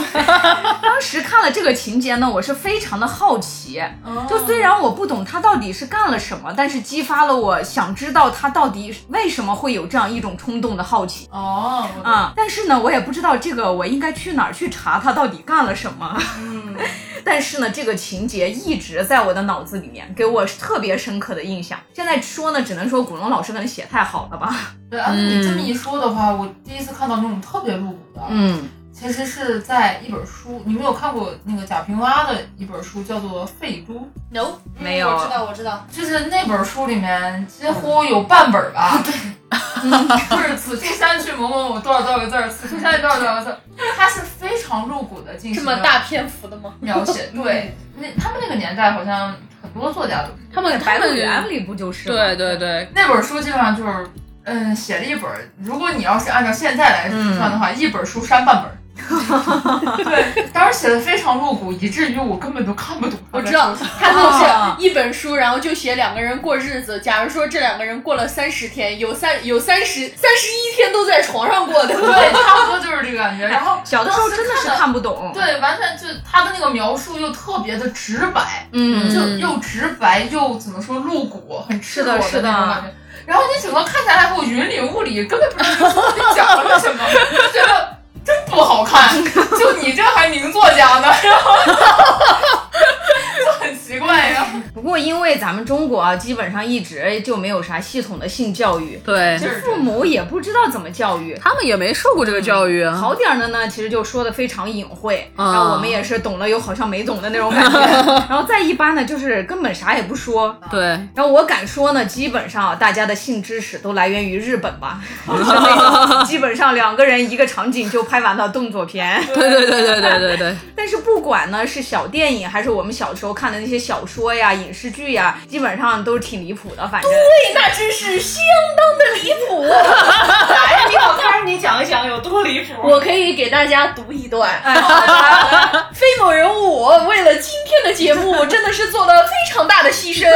Speaker 1: 当时看了这个情节呢，我是非常的好奇。就虽然我不懂他到底是干了什么，但是激发了我想知道他到底为什么会有这样一种冲动的好奇
Speaker 2: 哦，我
Speaker 6: 嗯
Speaker 2: 懂
Speaker 1: 啊、但是呢，我也不知道这个我应该去哪儿去查他到底干了什么。 但是呢，这个情节一直在我的脑子里面，给我特别深刻的印象。现在说呢，只能说古龙老师可能写太好了吧。
Speaker 2: 对，按
Speaker 6: 嗯
Speaker 2: 你这么一说的话，我第一次看到那种特别露骨的，
Speaker 1: 嗯，
Speaker 2: 其实是在一本书，你们有看过那个贾平凹的一本书，叫做《废都》，
Speaker 5: No，
Speaker 1: 没有
Speaker 5: 我知道，我知道，
Speaker 2: 就是那本书里面几乎有半本儿吧，对，
Speaker 1: 嗯
Speaker 2: 就是此处删去某某某多少多少个字儿，此处删去多少多少个字儿，它是非常露骨的进
Speaker 5: 这
Speaker 2: 行
Speaker 5: 么
Speaker 2: 了
Speaker 5: 大篇幅的吗？
Speaker 2: 描 写。对，那他们那个年代好像很多作家都是
Speaker 1: 他们白
Speaker 6: 他
Speaker 1: 鹿
Speaker 6: 们
Speaker 1: 原里不就是吗
Speaker 6: 对对对，
Speaker 2: 那本书基本上就是，嗯，写了一本儿。如果你要是按照现在来算的话，
Speaker 1: 嗯
Speaker 2: 一本书删半本儿。 对，当时写的非常露骨，以至于我根本都看不懂。
Speaker 5: 我知道，他们是一本书，然后就写两个人过日子。假如说这两个人过了三十天，有三有三十三十一天都在床上过 的，
Speaker 2: 对，差不多就是这个感觉。然后
Speaker 1: 小的时候真的是
Speaker 2: 当时
Speaker 1: 看不懂。
Speaker 2: 对，完全就他的那个描述又特别的直白，
Speaker 1: 嗯
Speaker 2: 就又直白又怎么说露骨，很赤裸
Speaker 1: 是的是的
Speaker 2: 那种感觉。然后你整个看下来后云里雾里，根本不知道这书里讲了什么， 就觉得真不好看。就你这还名作家呢，然后就很奇怪呀。
Speaker 1: 不过因为咱们中国啊，基本上一直就没有啥系统的性教育，
Speaker 6: 对
Speaker 1: 其实父母也不知道怎么教育。
Speaker 6: 他们也没受过这个教育啊。
Speaker 1: 嗯好点儿的呢，其实就说的非常隐晦，
Speaker 6: 嗯
Speaker 1: 然后我们也是懂了又好像没懂的那种感 觉。然后再一般呢，就是根本啥也不说。
Speaker 6: 对，
Speaker 1: 然后我敢说呢，基本上啊大家的性知识都来源于日本 吧，就是那种基本上两个人一个场景就拍完的动作片。
Speaker 6: 对对对对对对对，
Speaker 1: 但是不管呢是小电影还是我们小时候看的那些小说呀、影视剧呀，基本上都是挺离谱的。反正
Speaker 5: 那真是相当的离谱。
Speaker 3: 来呀，你好看，你讲一讲有多离谱。
Speaker 5: 我可以给大家读一段。
Speaker 1: 哎好的
Speaker 5: 非某人物，我为了今天的节目，真的是做了非常大的牺牲。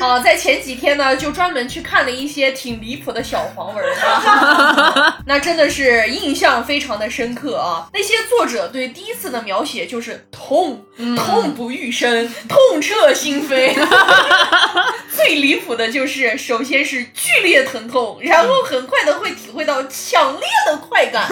Speaker 5: 啊，在前几天呢，就专门去看了一些挺离谱的小黄文啊，那真的是印象非常的深刻啊。那些作者对第一次的描写就是痛，痛不欲生，痛彻心扉。 最离谱的就是，首先是剧烈疼痛，然后很快的会体会到强烈的快感。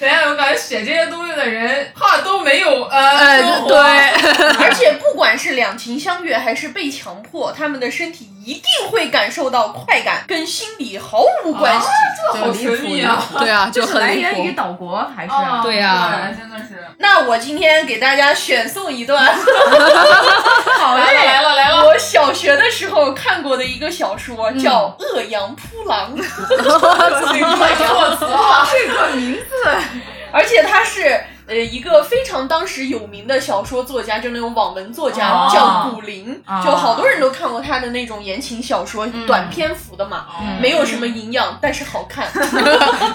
Speaker 2: 等一下，我感觉写这些东西的人，怕都没有呃
Speaker 6: 哎
Speaker 2: 生活。
Speaker 6: 对，
Speaker 5: 而且不管是两情相悦还是被强迫，他们的身体一定会感受到快感，跟心理毫无关系。
Speaker 2: 这好神秘啊！
Speaker 6: 对啊，就
Speaker 1: 就是
Speaker 6: 很
Speaker 1: 来
Speaker 6: 离
Speaker 1: 源于
Speaker 6: 谱。
Speaker 1: 岛国还是？
Speaker 7: 哦
Speaker 2: 啊
Speaker 6: 对呀
Speaker 2: 真的是。
Speaker 5: 那我今天给大家选送一段
Speaker 2: 好嘞，来了来了。
Speaker 5: 我小学的时候看过的一个小说，叫《恶阳扑狼》，
Speaker 2: 措辞啊，这个名
Speaker 5: 而且它是。呃，一个非常当时有名的小说作家，就那种网文作家，
Speaker 1: 哦
Speaker 5: 叫古林，
Speaker 1: 哦
Speaker 5: 就好多人都看过他的那种言情小说，短篇幅的嘛，
Speaker 2: 嗯
Speaker 5: 没有什么营养，但是好看。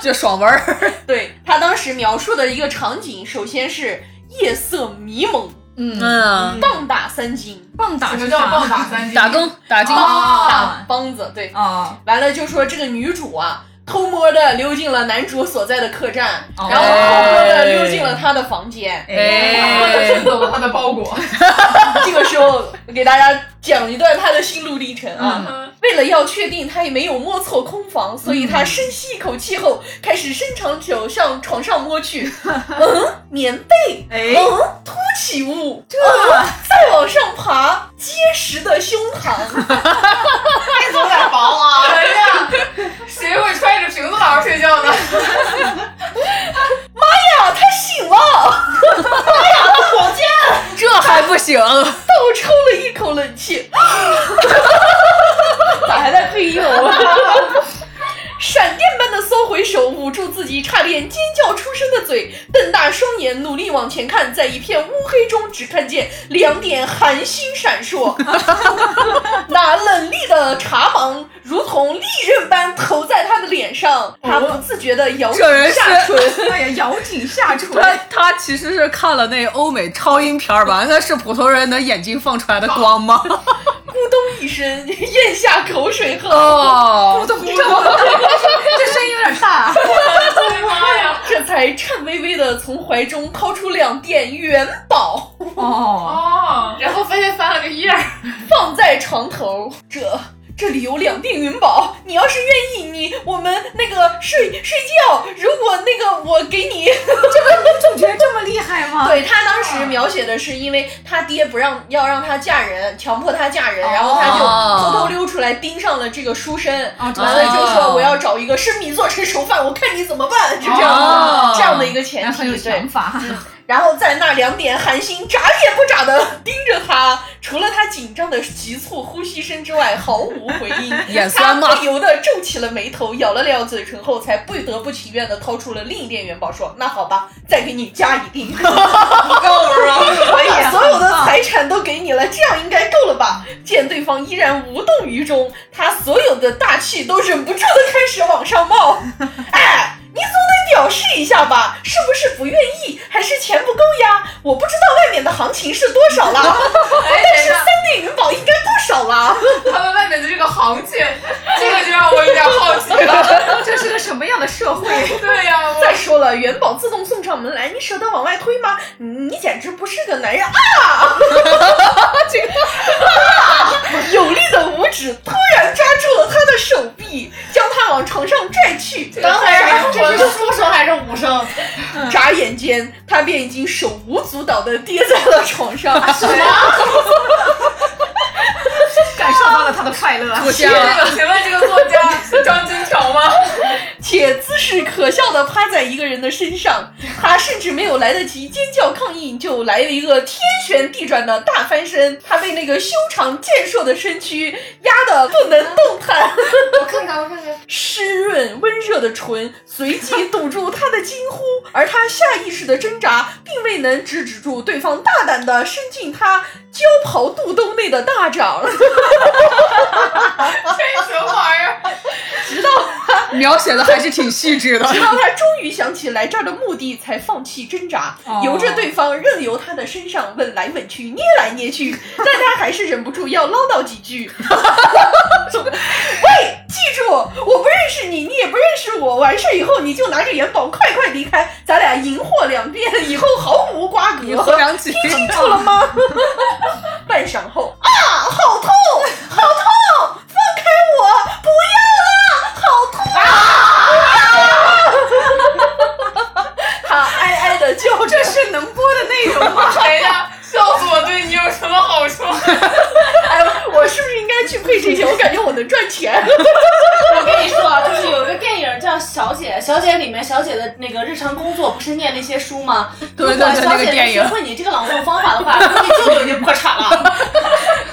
Speaker 6: 就爽文儿，
Speaker 5: 对他当时描述的一个场景，首先是夜色迷蒙，
Speaker 1: 嗯，
Speaker 6: 嗯，
Speaker 5: 棒打三金，
Speaker 1: 棒打
Speaker 2: 什么
Speaker 1: 是
Speaker 2: 叫
Speaker 1: 啥
Speaker 2: 棒打三金？
Speaker 6: 打更打金，
Speaker 1: 哦
Speaker 5: 打梆子。对，
Speaker 1: 啊？
Speaker 5: 完了就说这个女主啊，偷摸的溜进了男主所在的客栈，
Speaker 1: 哦
Speaker 5: 然后偷摸的溜进了他的房间。
Speaker 1: 哎，
Speaker 2: 挣走了他的包裹。
Speaker 5: 这个时候，我给大家讲一段他的心路历程啊。
Speaker 2: 嗯
Speaker 5: 为了要确定他也没有摸错空房，所以他深吸一口气后，开始伸长手向床上摸去。嗯，棉被，
Speaker 1: 哎
Speaker 5: 嗯，凸起物，这、再往上爬，结实的胸膛，哎
Speaker 2: 都在房啊！哎呀，谁会揣着瓶子晚上睡觉呢？
Speaker 5: 啊，他醒了，
Speaker 6: 这还不行？
Speaker 5: 倒抽了一口冷气， 咋还在配音哦？ 闪电般的缩回手，捂住自己差点尖叫出声的嘴，瞪大大双眼努力往前看，在一片乌黑中，只看见两点寒星闪烁。 那冷冽的茶芒如同利刃般投在他的脸上，他不自觉的咬紧
Speaker 6: 这人是
Speaker 5: 下唇。
Speaker 1: 哎呀，咬紧下唇。
Speaker 6: 他他其实是看了那欧美超英片儿吧？那是普通人能眼睛放出来的光吗？
Speaker 5: 咕咚一声，咽下口水后，
Speaker 6: 哦，
Speaker 1: 这声音有点 大、啊。
Speaker 2: 妈呀！
Speaker 5: 这才颤巍巍的从怀中掏出两锭元宝，
Speaker 1: 哦，
Speaker 2: 哦，然后飞飞翻了个页儿，
Speaker 5: 放在床头。这这里有两锭云宝，你要是愿意，你我们那个睡睡觉，如果那个我给你。
Speaker 1: 主角 这么厉害吗？
Speaker 5: 对他当时描写的是，因为他爹不让要让他嫁人，强迫他嫁人，
Speaker 1: 哦
Speaker 5: 然后他就偷偷溜出来盯上了这个书生，
Speaker 1: 哦
Speaker 5: 完
Speaker 1: 这
Speaker 5: 了
Speaker 1: 样
Speaker 5: 就说我要找一个生米做成熟饭，我看你怎么办，就这样
Speaker 6: 哦
Speaker 5: 的这样的一个前
Speaker 1: 哎很有
Speaker 5: 提，对
Speaker 1: 想。法。
Speaker 5: 然后在那两点寒星眨也不眨的盯着他，除了他紧张的急促呼吸声之外，毫无回 应。
Speaker 6: 眼酸吗
Speaker 5: 他不由得皱起了眉头，咬了咬嘴唇后，才不得不情愿的掏出了另一锭元宝，说：“那好吧，再给你加一锭。”
Speaker 3: 够了。
Speaker 5: 可以，所有的财产都给你了，这样应该够了吧？见对方依然无动于衷，他所有的大气都忍不住的开始往上冒。哎，你总得表示一下吧，是不是不愿意，还是钱不够呀？我不知道外面的行情是多少啦，
Speaker 2: 哎，
Speaker 5: 但
Speaker 2: 等一
Speaker 5: 是
Speaker 2: 下
Speaker 5: 三，锭云宝应该不少啦。
Speaker 2: 他们外面的这个行情，这个就让我有点好奇了。
Speaker 1: 这是个什么样的社会？
Speaker 2: 对呀、我
Speaker 5: 再说了，元宝自动送上门来，你舍得往外推吗？你你简直不是个男人啊！ 这个啊，有力的五指突然抓住了他的手臂，将他往床上拽去。
Speaker 2: 刚
Speaker 5: 当
Speaker 2: 才
Speaker 5: 然，
Speaker 2: 是我是书生还是武生？
Speaker 5: 眨眼间，他便已经手舞足蹈的跌在了床 上。
Speaker 1: 感受到了他的快乐。
Speaker 6: 我这
Speaker 2: 这
Speaker 6: 样
Speaker 2: 个请问这个作 家是张金条吗？
Speaker 5: 且姿势可笑的趴在一个人的身上，他甚至没有来得及尖叫抗议，就来了一个天旋地转的大翻身。他被那个修长健硕的身躯压得不能动弹，
Speaker 2: 我看看，我看看。
Speaker 5: 湿润温热的唇随即堵住他的惊呼，而他下意识的挣扎，并未能制止住对方大胆的伸进他胶袍肚兜内的大掌。
Speaker 2: 这什么玩意儿？
Speaker 6: 描写的还是挺细致的。
Speaker 5: 直到他终于想起来这儿的目的，才放弃挣扎，由着对方任由他的身上吻来吻去，捏来捏去，但他还是忍不住要唠叨几句。 喂，记住，我不认识你，你也不认识我。完事以后，你就拿着元宝快快离开，咱俩银货两便，以后毫无瓜葛。
Speaker 6: 你喝两起，
Speaker 5: 清楚了吗？半晌后啊，好痛，好痛！放开我，不要了，好痛啊！他哀哀的叫着，
Speaker 6: 是能播的内容 吗？
Speaker 2: 等一下，哎笑死我！对你有什么好 处？
Speaker 5: 哎，我是不是应该去配这些？我感觉我能赚钱。
Speaker 7: 我跟你说，啊，就是有一个电影叫《小姐》，《小姐》里面小姐的那个日常工作不是念那些书吗？
Speaker 6: 对
Speaker 7: 如果
Speaker 6: 对对
Speaker 7: 小
Speaker 6: 那个
Speaker 7: 姐
Speaker 6: 电
Speaker 7: 能
Speaker 6: 影
Speaker 7: 学会你这个朗诵方法的话，估计舅舅已经破产了。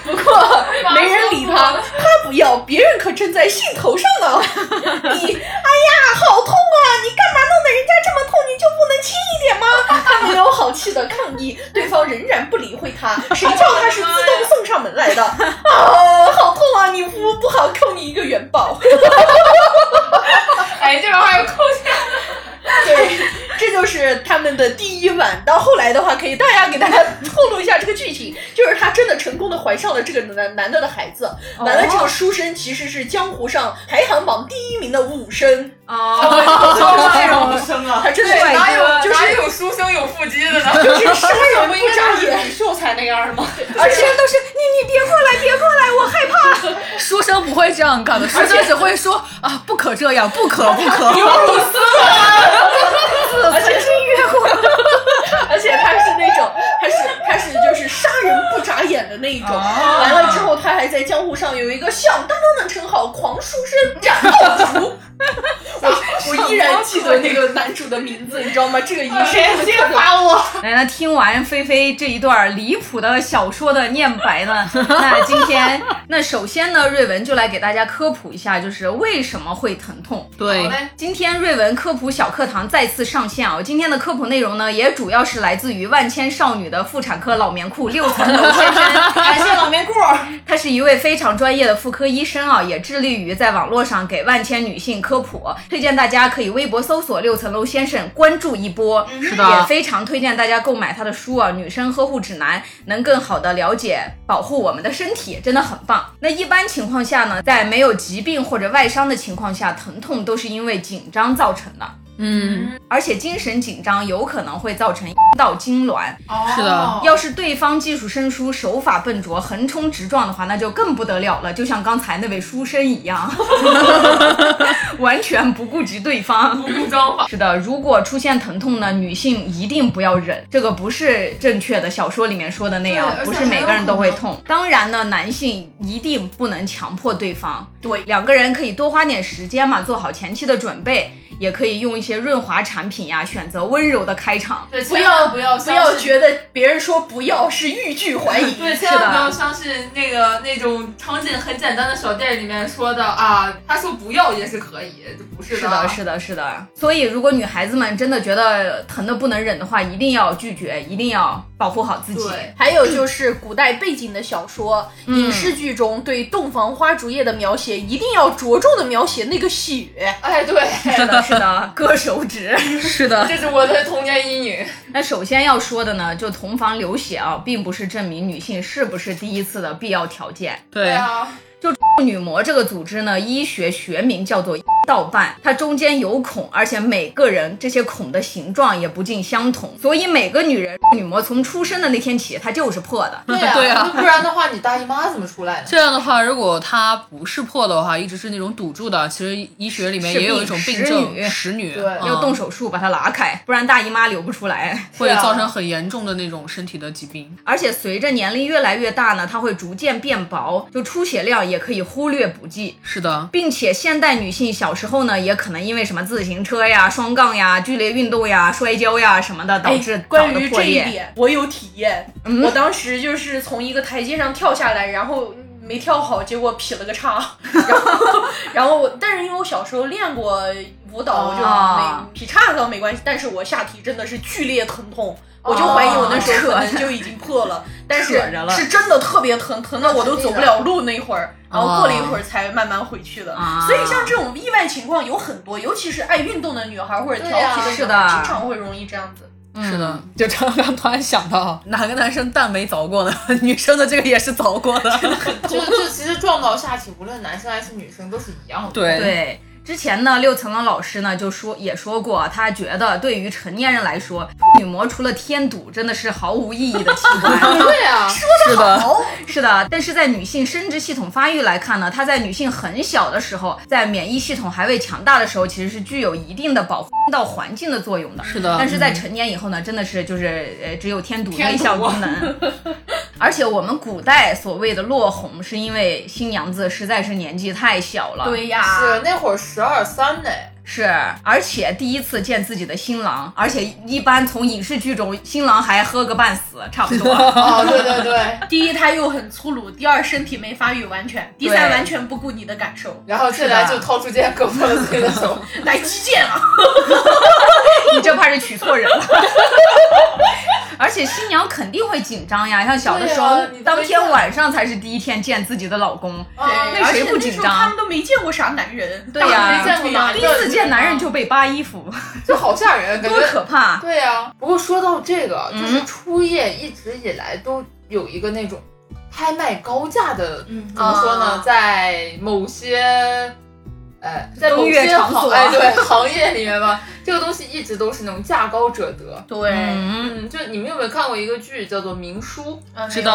Speaker 5: 不过没人理他，他不要，别人可正在兴头上呢。 你，哎 呀，好痛啊！你干嘛弄得人家这么痛？你就不能轻一点吗？他没有好气的抗议，对方仍然不理会他，谁叫他是自动送上门来的？啊，好痛啊！你不不好扣你一个元宝。
Speaker 2: 哎，这玩意儿扣钱。
Speaker 5: 对，这就是他们的第一晚。到后来的话，可以大家给大家透露一下这个剧情，就是他真的成功的怀上了这个男男的的孩子。完了，这个书生其实是江湖上排行榜第一名的武生，
Speaker 1: 哦，
Speaker 3: 这种生啊，
Speaker 5: 他真的是
Speaker 1: 对
Speaker 5: 哪
Speaker 2: 哪有
Speaker 5: 有哎就是
Speaker 2: 哪有书生有腹肌的呢？
Speaker 5: 就是杀人不眨眼。
Speaker 7: 李秀才那样吗？
Speaker 6: 而且都是你你别过来，别过来，我害怕。 书生不会这样干的，书生只会说啊，不可这样，不可不可。
Speaker 5: 而且他是那种，他是他是就是杀人不眨眼的那一种。
Speaker 2: 哦
Speaker 5: 完了之后，他还在江湖上 有一个响当当的称号——狂书生斩道主。我我依然记得那个男主的名字，你知道吗？这个仪式
Speaker 7: 谁
Speaker 5: 特别
Speaker 7: 先把我？
Speaker 1: 来，那听完菲菲这一段离谱的小说的念白 呢，那今天那首先呢，瑞文就来给大家科普一下，就是为什么会疼痛。
Speaker 6: 对
Speaker 2: 好，嘞，
Speaker 1: 今天瑞文科普小课堂再次上线啊！今天的科普内容呢，也主要是来自于万千少女的妇产科老棉裤六层楼先生。
Speaker 7: 感谢老棉裤，
Speaker 1: 他是一位非常专业的妇科医生啊，也致力于在网络上给万千女性科普。推荐大家可以微博搜索“六层楼先生”，关注一波。
Speaker 6: 嗯是的
Speaker 1: 也非常推荐大家购买他的书啊，《女生呵护指南》，能更好的了解保护我们的身体，真的很棒。那一般情况下呢，在没有疾病或者外伤的情况下，疼痛都是因为紧张造成的。
Speaker 6: 嗯，
Speaker 1: 而且精神紧张有可能会造成阴道痉挛，
Speaker 2: 哦，
Speaker 6: 是的
Speaker 1: 要是对方技术生疏、手法笨拙、横冲直撞的话，那就更不得了了，就像刚才那位书生 一样，完全不顾及对方。
Speaker 2: 不脏法，
Speaker 1: 是的，如果出现疼痛呢，女性一定不要忍，这个不是正确的小说里面说的那样
Speaker 2: 对，而且
Speaker 1: 不是每个人都会痛。当然呢，男性一定不能强迫对方，
Speaker 5: 对
Speaker 1: 两个人可以多花点时间嘛，做好前期的准备，也可以用一些润滑产品呀，选择温柔的开场。
Speaker 2: 对，
Speaker 5: 不
Speaker 2: 千
Speaker 5: 要
Speaker 2: 万不要
Speaker 5: 不
Speaker 2: 相
Speaker 5: 要
Speaker 2: 信
Speaker 5: 觉得别人说不要是欲拒还迎。
Speaker 2: 对，千万不要相信那个那种场景很简单的小店里面说的啊，他说不要也是可以，不是
Speaker 1: 是的，是的，是的。所以，如果女孩子们真的觉得疼的不能忍的话，一定要拒绝，一定要保护好自己。
Speaker 2: 对，
Speaker 5: 还有就是古代背景的小说、影视剧中对洞房花烛夜的描写，一定要着重的描写那个血。
Speaker 2: 哎，对，
Speaker 1: 是的，是的，割手 指。
Speaker 6: 是的，
Speaker 2: 这是我的童年阴影。
Speaker 1: 那首先要说的呢，就同房流血啊，并不是证明女性是不是第一次的必要条件。
Speaker 2: 对
Speaker 6: 对，
Speaker 2: 啊，
Speaker 1: 女膜这个组织呢，医学学名叫做阴 道瓣，它中间有孔，而且每个人这些孔的形状也不尽相同，所以每个女人女膜从出生的那天起，它就是破的。
Speaker 2: 对啊，
Speaker 6: 对啊
Speaker 2: 不然的话，你大姨妈怎么出来呢？
Speaker 6: 这样的话，如果它不是破的话，一直是那种堵住的，其实医学里面
Speaker 1: 是
Speaker 6: 也有
Speaker 1: 病
Speaker 6: 一种
Speaker 1: 石
Speaker 6: 病症
Speaker 1: 女
Speaker 6: 石女，
Speaker 2: 对
Speaker 6: 嗯
Speaker 1: 要动手术把它拉开，不然大姨妈流不出来。
Speaker 6: 会
Speaker 2: 是啊
Speaker 6: 造成很严重的那种身体的疾病。
Speaker 1: 而且随着年龄越来越大呢，它会逐渐变薄，就出血量也可以忽略不计。
Speaker 6: 是的，
Speaker 1: 并且现代女性小时候呢，也可能因为什么自行车呀、双杠呀、剧烈运动呀、摔跤呀什么的，导致
Speaker 5: 哎
Speaker 1: 脑
Speaker 5: 关
Speaker 1: 的
Speaker 5: 于
Speaker 1: 破
Speaker 5: 这一
Speaker 1: 裂。
Speaker 5: 点，我有体验。
Speaker 1: 嗯
Speaker 5: 我当时就是从一个台阶上跳下来，然后没跳好，结果劈了个叉。然后，然后我，但是因为我小时候练过舞蹈，我就
Speaker 1: 啊
Speaker 5: 没劈叉倒没关系，但是我下体真的是剧烈疼痛。我就怀疑我那时 候可能就已经破了，但是
Speaker 1: 啊扯着了
Speaker 5: 是真的特别疼，疼到我都走不了路那会儿，然后过了一会儿才慢慢回去的。
Speaker 1: 啊
Speaker 5: 所以像这种意外情况有很多，尤其是爱运动的女孩或者调皮的女孩，
Speaker 1: 对啊是的
Speaker 5: 经常会容易这样子。
Speaker 6: 是的，就刚刚突然想到，嗯 哪个男生蛋没凿过呢？ 女生的这个也是凿过的。
Speaker 2: 就就其实撞到下体，无论男生还是女生都是一样的。
Speaker 6: 对
Speaker 1: 对，之前呢，六层楼老师呢就说也说过，他觉得对于成年人来说，女膜除了添堵，真的是毫无意义的器 官。
Speaker 2: 对 啊，
Speaker 6: 是的，
Speaker 1: 是的，但是在女性生殖系统发育来看呢，它在女性很小的时候，在免疫系统还未强大的时候，其实是具有一定的保护到环境的作用的。
Speaker 6: 是的
Speaker 1: 但是在成年以后呢，真的是就是呃，只有添堵
Speaker 2: 添
Speaker 1: 那
Speaker 2: 堵
Speaker 1: 一项功能。 而且我们古代所谓的落红，是因为新娘子实在是年纪太小了，，
Speaker 5: 对呀，
Speaker 2: 是那会儿十二三 呢，
Speaker 1: 是，而且第一次见自己的新郎，而且一般从影视剧中，新郎还喝个半死，差不 多。
Speaker 2: 哦，对对对，
Speaker 5: 第一，他又很粗鲁；第二，身体没发育完全；第三，
Speaker 1: 对
Speaker 5: 完全不顾你的感受，
Speaker 2: 然后这来就掏出这割破了自己的 手，
Speaker 5: 来击剑啊！
Speaker 1: 你这怕是娶错人了。 而且新娘肯定会紧张呀，像小的时候，
Speaker 2: 对啊你都
Speaker 1: 当天
Speaker 2: 没见
Speaker 1: 晚上才是第一天见自己的老公，
Speaker 2: 啊
Speaker 1: 那谁不紧
Speaker 5: 而且那
Speaker 1: 张
Speaker 5: 时候他们都没见过啥男人，
Speaker 1: 对呀、
Speaker 2: 没见过男的
Speaker 1: 第一次见男人就被扒衣服，
Speaker 2: 就好吓人，感
Speaker 1: 多
Speaker 2: 觉
Speaker 1: 可怕！
Speaker 2: 对呀、不过说到这个，
Speaker 1: 嗯
Speaker 2: 就是初夜一直以来都有一个那种拍卖高价的，
Speaker 7: 嗯
Speaker 2: 怎么说呢，
Speaker 5: 啊
Speaker 2: 在某些呃，在
Speaker 1: 登
Speaker 2: 某
Speaker 1: 月
Speaker 2: 些
Speaker 1: 场所
Speaker 2: 行哎对行业里面吧， 这个东西一直都是那种价高者得。
Speaker 5: 对，
Speaker 1: 嗯，
Speaker 2: 嗯，就你们有没有看过一个剧叫做《明书》？
Speaker 5: 啊
Speaker 6: 知道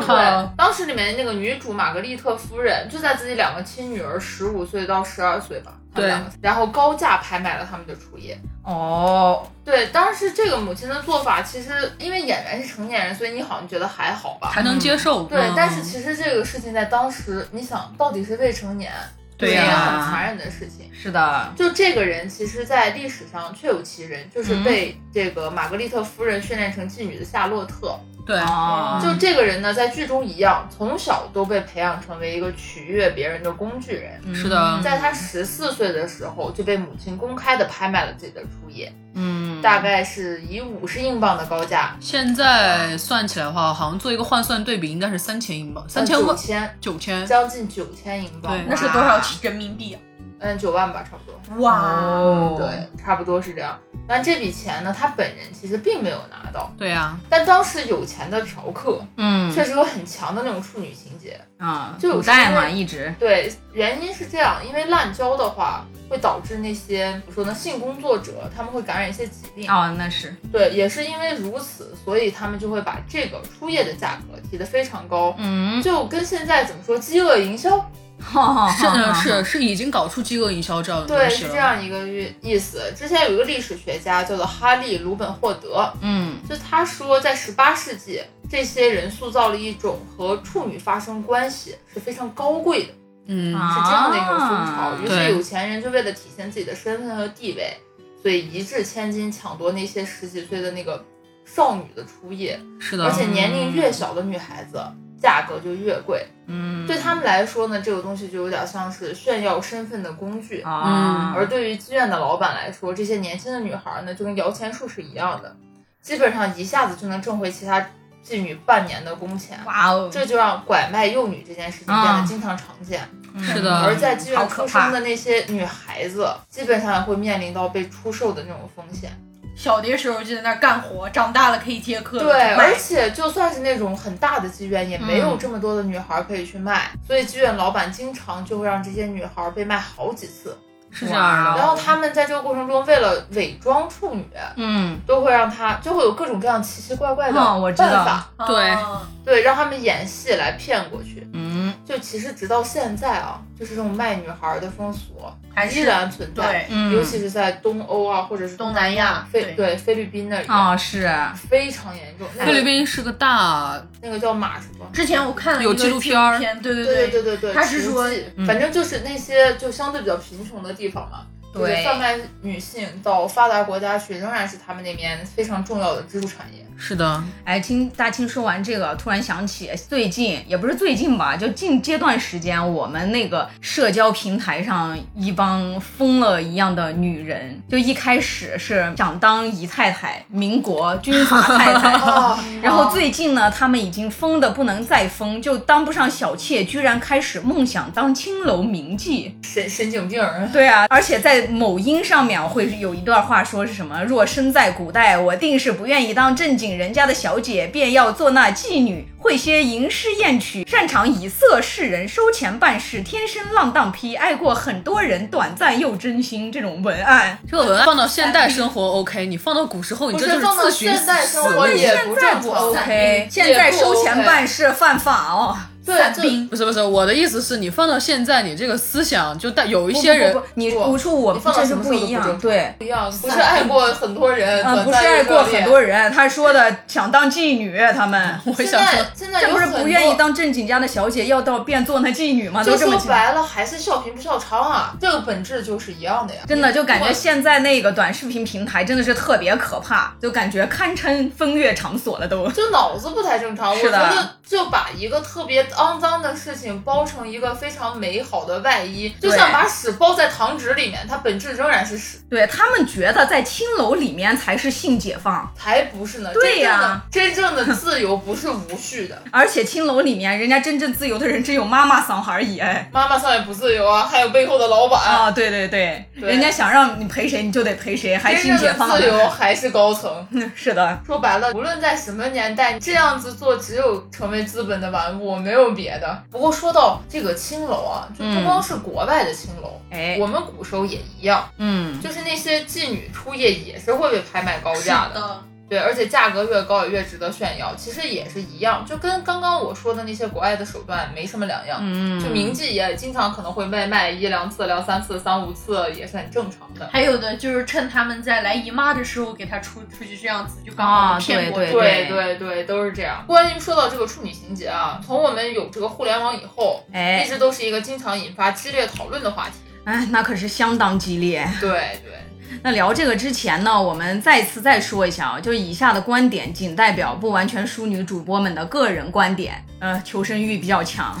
Speaker 6: 嗯
Speaker 2: 对，当时里面那个女主玛格丽特夫人就在自己两个亲女儿十五岁到十二岁吧，她
Speaker 6: 对
Speaker 2: 们两个，然后高价拍卖了他们的初夜。
Speaker 1: 哦，
Speaker 2: 对，当时这个母亲的做法，其实因为演员是成年人，所以你好像觉得还好吧。
Speaker 6: 还能接受。
Speaker 2: 对，
Speaker 6: 嗯
Speaker 2: 但是其实这个事情在当时，你想到底是未成年，
Speaker 1: 对
Speaker 2: 呀、
Speaker 1: 呀
Speaker 2: 很残忍的事情。
Speaker 1: 是的，
Speaker 2: 就这个人，其实，在历史上确有其人，就是
Speaker 1: 嗯
Speaker 2: 被这个玛格丽特夫人训练成妓女的夏洛特。
Speaker 6: 对，
Speaker 1: 哦，
Speaker 2: 就这个人呢，在剧中一样，从小都被培养成为一个取悦别人的工具人。
Speaker 1: 嗯
Speaker 6: 是的
Speaker 2: 在他十四岁的时候，就被母亲公开的拍卖了自己的初夜，
Speaker 1: 嗯，
Speaker 2: 大概是以五十英镑的高价，
Speaker 6: 现在算起来的话，好像做一个换算对比，应该是三千英镑，三千
Speaker 2: 呃九
Speaker 6: 万
Speaker 2: 千，
Speaker 6: 呃九千，
Speaker 2: 将近九千英镑
Speaker 6: 对，
Speaker 5: 那是多少人民币啊？
Speaker 2: 嗯，九万吧，差不多。
Speaker 1: 哦，
Speaker 2: 对，差不多是这样。那这笔钱呢，他本人其实并没有拿到，
Speaker 6: 对呀、
Speaker 2: 但当时有钱的嫖客
Speaker 1: 嗯
Speaker 2: 确实有很强的那种处女情节。
Speaker 1: 啊，
Speaker 2: 就有
Speaker 1: 古代
Speaker 2: 时
Speaker 1: 嘛，
Speaker 2: 候
Speaker 1: 一直
Speaker 2: 对，原因是这样，因为滥交的话会导致那些怎么说呢，性工作者他们会感染一些疾病。
Speaker 1: 哦，那是
Speaker 2: 对，也是因为如此，所以他们就会把这个初夜的价格提得非常高，
Speaker 1: 嗯，
Speaker 2: 就跟现在怎么说饥饿营销，
Speaker 6: 是的，
Speaker 1: 是
Speaker 6: 是是已经搞出饥饿营销这样的
Speaker 2: 啊对，
Speaker 6: 东西
Speaker 2: 是这
Speaker 6: 了。
Speaker 2: 样一个意意思。之前有一个历史学家叫做哈利·鲁本霍德，
Speaker 1: 嗯
Speaker 2: 就他说，在十八世纪，这些人塑造了一种和处女发生关系是非常高贵的，
Speaker 6: 嗯，
Speaker 1: 啊
Speaker 2: 是这样的一种风潮。于
Speaker 6: 对
Speaker 2: 是有钱人就为了体现自己的身份和地位，所以一掷千金抢夺那些十几岁的那个少女的初夜，
Speaker 1: 嗯
Speaker 6: 是
Speaker 2: 而
Speaker 6: 的，
Speaker 2: 且年龄越小的女孩子价格就越贵。
Speaker 1: 嗯，
Speaker 2: 对他们来说呢，这个东西就有点像是炫耀身份的工具。
Speaker 1: 啊，
Speaker 2: 嗯而对于妓院的老板来说，这些年轻的女孩呢，就跟摇钱树是一样的，基本上一下子就能挣回其他妓女半年的工钱。
Speaker 1: 哇哦，
Speaker 2: 这就让拐卖幼女这件事情变得
Speaker 1: 嗯
Speaker 2: 经常常见，
Speaker 6: 是的
Speaker 2: 而在妓
Speaker 1: 好
Speaker 2: 院
Speaker 1: 可
Speaker 2: 出
Speaker 1: 怕
Speaker 2: 生的那些女孩子，基本上会面临到被出售的那种风险。
Speaker 5: 小的时候就在那儿干活，长大了可以接客了。
Speaker 2: 对，而
Speaker 5: 买
Speaker 2: 且就算是那种很大的妓院，也没
Speaker 1: 嗯
Speaker 2: 有这么多的女孩可以去卖，所以妓院老板经常就会让这些女孩被卖好几次。
Speaker 6: 是这样
Speaker 1: 哦
Speaker 6: 的。
Speaker 2: 然后他们在这个过程中，为了伪装处女，
Speaker 1: 嗯，
Speaker 2: 都会让他就会有各种各样奇奇怪怪的
Speaker 1: 嗯我知道
Speaker 2: 办法，
Speaker 6: 对
Speaker 5: 啊
Speaker 2: 对，让他们演戏来骗过去。
Speaker 1: 嗯
Speaker 2: 就其实直到现在啊，就是这种卖女孩的风俗
Speaker 5: 还
Speaker 2: 依
Speaker 5: 是
Speaker 2: 然存在，
Speaker 5: 对
Speaker 1: 嗯，
Speaker 2: 尤其是在东欧啊，或者是
Speaker 5: 东南亚
Speaker 2: 菲
Speaker 5: 对啊
Speaker 2: 对菲律宾那里
Speaker 1: 哦是，
Speaker 2: 非常严重。那个
Speaker 6: 菲律宾是个大，
Speaker 2: 那个叫马什么？
Speaker 5: 之前我看了一
Speaker 6: 有
Speaker 5: 个
Speaker 6: 纪
Speaker 5: 纪
Speaker 6: 录
Speaker 5: 录
Speaker 6: 片儿
Speaker 5: 片，对对
Speaker 2: 对对对对，
Speaker 5: 他是
Speaker 2: 奇
Speaker 5: 说
Speaker 2: 迹
Speaker 1: 嗯
Speaker 2: 反正就是那些就相对比较贫穷的地方嘛，就是
Speaker 1: 对
Speaker 2: 贩卖女性到发达国家去，仍然是他们那边非常重要的支柱产业。
Speaker 6: 是的，
Speaker 1: 哎，听大清说完这个，突然想起最近也不是最近吧，就近阶段时间，我们那个社交平台上一帮疯了一样的女人，就一开始是想当姨太太，民国军阀太太。
Speaker 2: 啊，
Speaker 1: 然后最近呢，他们已经疯的不能再疯，就当不上小妾，居然开始梦想当青楼名妓。
Speaker 2: 神神经病儿。
Speaker 1: 对啊，而且在某音上面会有一段话说是什么？若身在古代，我定是不愿意当正经人家的小姐，便要做那妓女，会些吟诗艳曲，擅长以色示人，收钱办事，天生浪荡批，爱过很多人，短暂又真心。这种文 案，
Speaker 6: 这个文案放到现代生活 OK，你放到古时候，你
Speaker 2: 不
Speaker 6: 这
Speaker 2: 是
Speaker 6: 就是
Speaker 2: 放到
Speaker 6: 自寻
Speaker 2: 现代
Speaker 6: 死
Speaker 2: 生活
Speaker 6: 路。
Speaker 2: 也不
Speaker 1: 现在
Speaker 2: 正
Speaker 1: 不
Speaker 2: 常。
Speaker 1: OK，现
Speaker 2: 也不
Speaker 1: 在收钱
Speaker 2: OK
Speaker 1: 办事犯法哦。
Speaker 2: 对，就
Speaker 6: 不是不是，我的意思是你放到现在，你这个思想就带有一些人
Speaker 1: 不不不，哦你
Speaker 2: 不
Speaker 1: 读出我
Speaker 2: 你放到
Speaker 1: 这是
Speaker 2: 什么时
Speaker 1: 不
Speaker 2: 候都
Speaker 1: 一
Speaker 2: 不
Speaker 1: 样，
Speaker 2: 正常
Speaker 1: 对。
Speaker 2: 不一样，不是爱 过很多人，
Speaker 1: 嗯，
Speaker 2: 短
Speaker 1: 不是
Speaker 2: 暂又
Speaker 1: 爱过
Speaker 2: 热烈
Speaker 1: 很多人，他说的想当妓女，他们
Speaker 6: 我
Speaker 2: 现
Speaker 6: 想说
Speaker 2: 在，现在
Speaker 1: 这不是
Speaker 2: 有很
Speaker 1: 不愿意
Speaker 2: 多。
Speaker 1: 当正经家的小姐，要到变做那妓女吗？
Speaker 2: 就
Speaker 1: 都这么
Speaker 2: 说
Speaker 1: 讲，
Speaker 2: 白了，还是笑贫不笑娼啊，这个本质就是一样的呀。
Speaker 1: 真的就感觉
Speaker 2: 我
Speaker 1: 现在那个短视频平台真的是特别可怕，就感觉堪称风月场所了都。
Speaker 2: 就脑子不太正常。我
Speaker 1: 是
Speaker 2: 觉
Speaker 1: 的
Speaker 2: 得就把一个特别肮脏的事情包成一个非常美好的外衣，就像把屎包在糖纸里面，它本质仍然是屎，
Speaker 1: 对他们觉得在青楼里面才是性解放，
Speaker 2: 才不是呢。
Speaker 1: 对呀
Speaker 2: 真正的真正的自由不是无序的。
Speaker 1: 而且青楼里面人家真正自由的人只有妈妈桑而已。哎，
Speaker 2: 妈妈上也不自由啊，还有背后的老板。
Speaker 1: 啊、对对对，
Speaker 2: 对
Speaker 1: 人家想让你陪谁你就得陪谁，还
Speaker 2: 真
Speaker 1: 性
Speaker 2: 正
Speaker 1: 解
Speaker 2: 的
Speaker 1: 放
Speaker 2: 自由还是高层。
Speaker 1: 是的，
Speaker 2: 说白了，无论在什么年代，这样子做只有成为资本的玩物，没有别的。不过说到这个青楼啊，就不光是国外的青楼，
Speaker 1: 嗯哎
Speaker 2: 我，们古时候也一样，
Speaker 1: 嗯，
Speaker 2: 就是那些妓女出夜也是会被拍卖高价的。
Speaker 5: 的，
Speaker 2: 对，而且价格越高也越值得炫耀，其实也是一样，就跟刚刚我说的那些国外的手段没什么两样。
Speaker 1: 嗯
Speaker 2: 就铭记也经常可能会外卖一两次、两三次、三五次也是很正常的。
Speaker 5: 还有的就是趁他们在来姨妈的时候给他出出去这样子，就刚
Speaker 1: 啊
Speaker 5: 好骗过去。
Speaker 1: 对
Speaker 2: 对对对，都是这样。关于说到这个处女情节啊，从我们有这个互联网以后，一
Speaker 1: 哎
Speaker 2: 直都是一个经常引发激烈讨论的话题。
Speaker 1: 哎，那可是相当激烈。
Speaker 2: 对对，
Speaker 1: 那聊这个之前呢，我们再次再说一下啊，就是以下的观点仅代表不完全淑女主播们的个人观点，呃，求生欲比较强。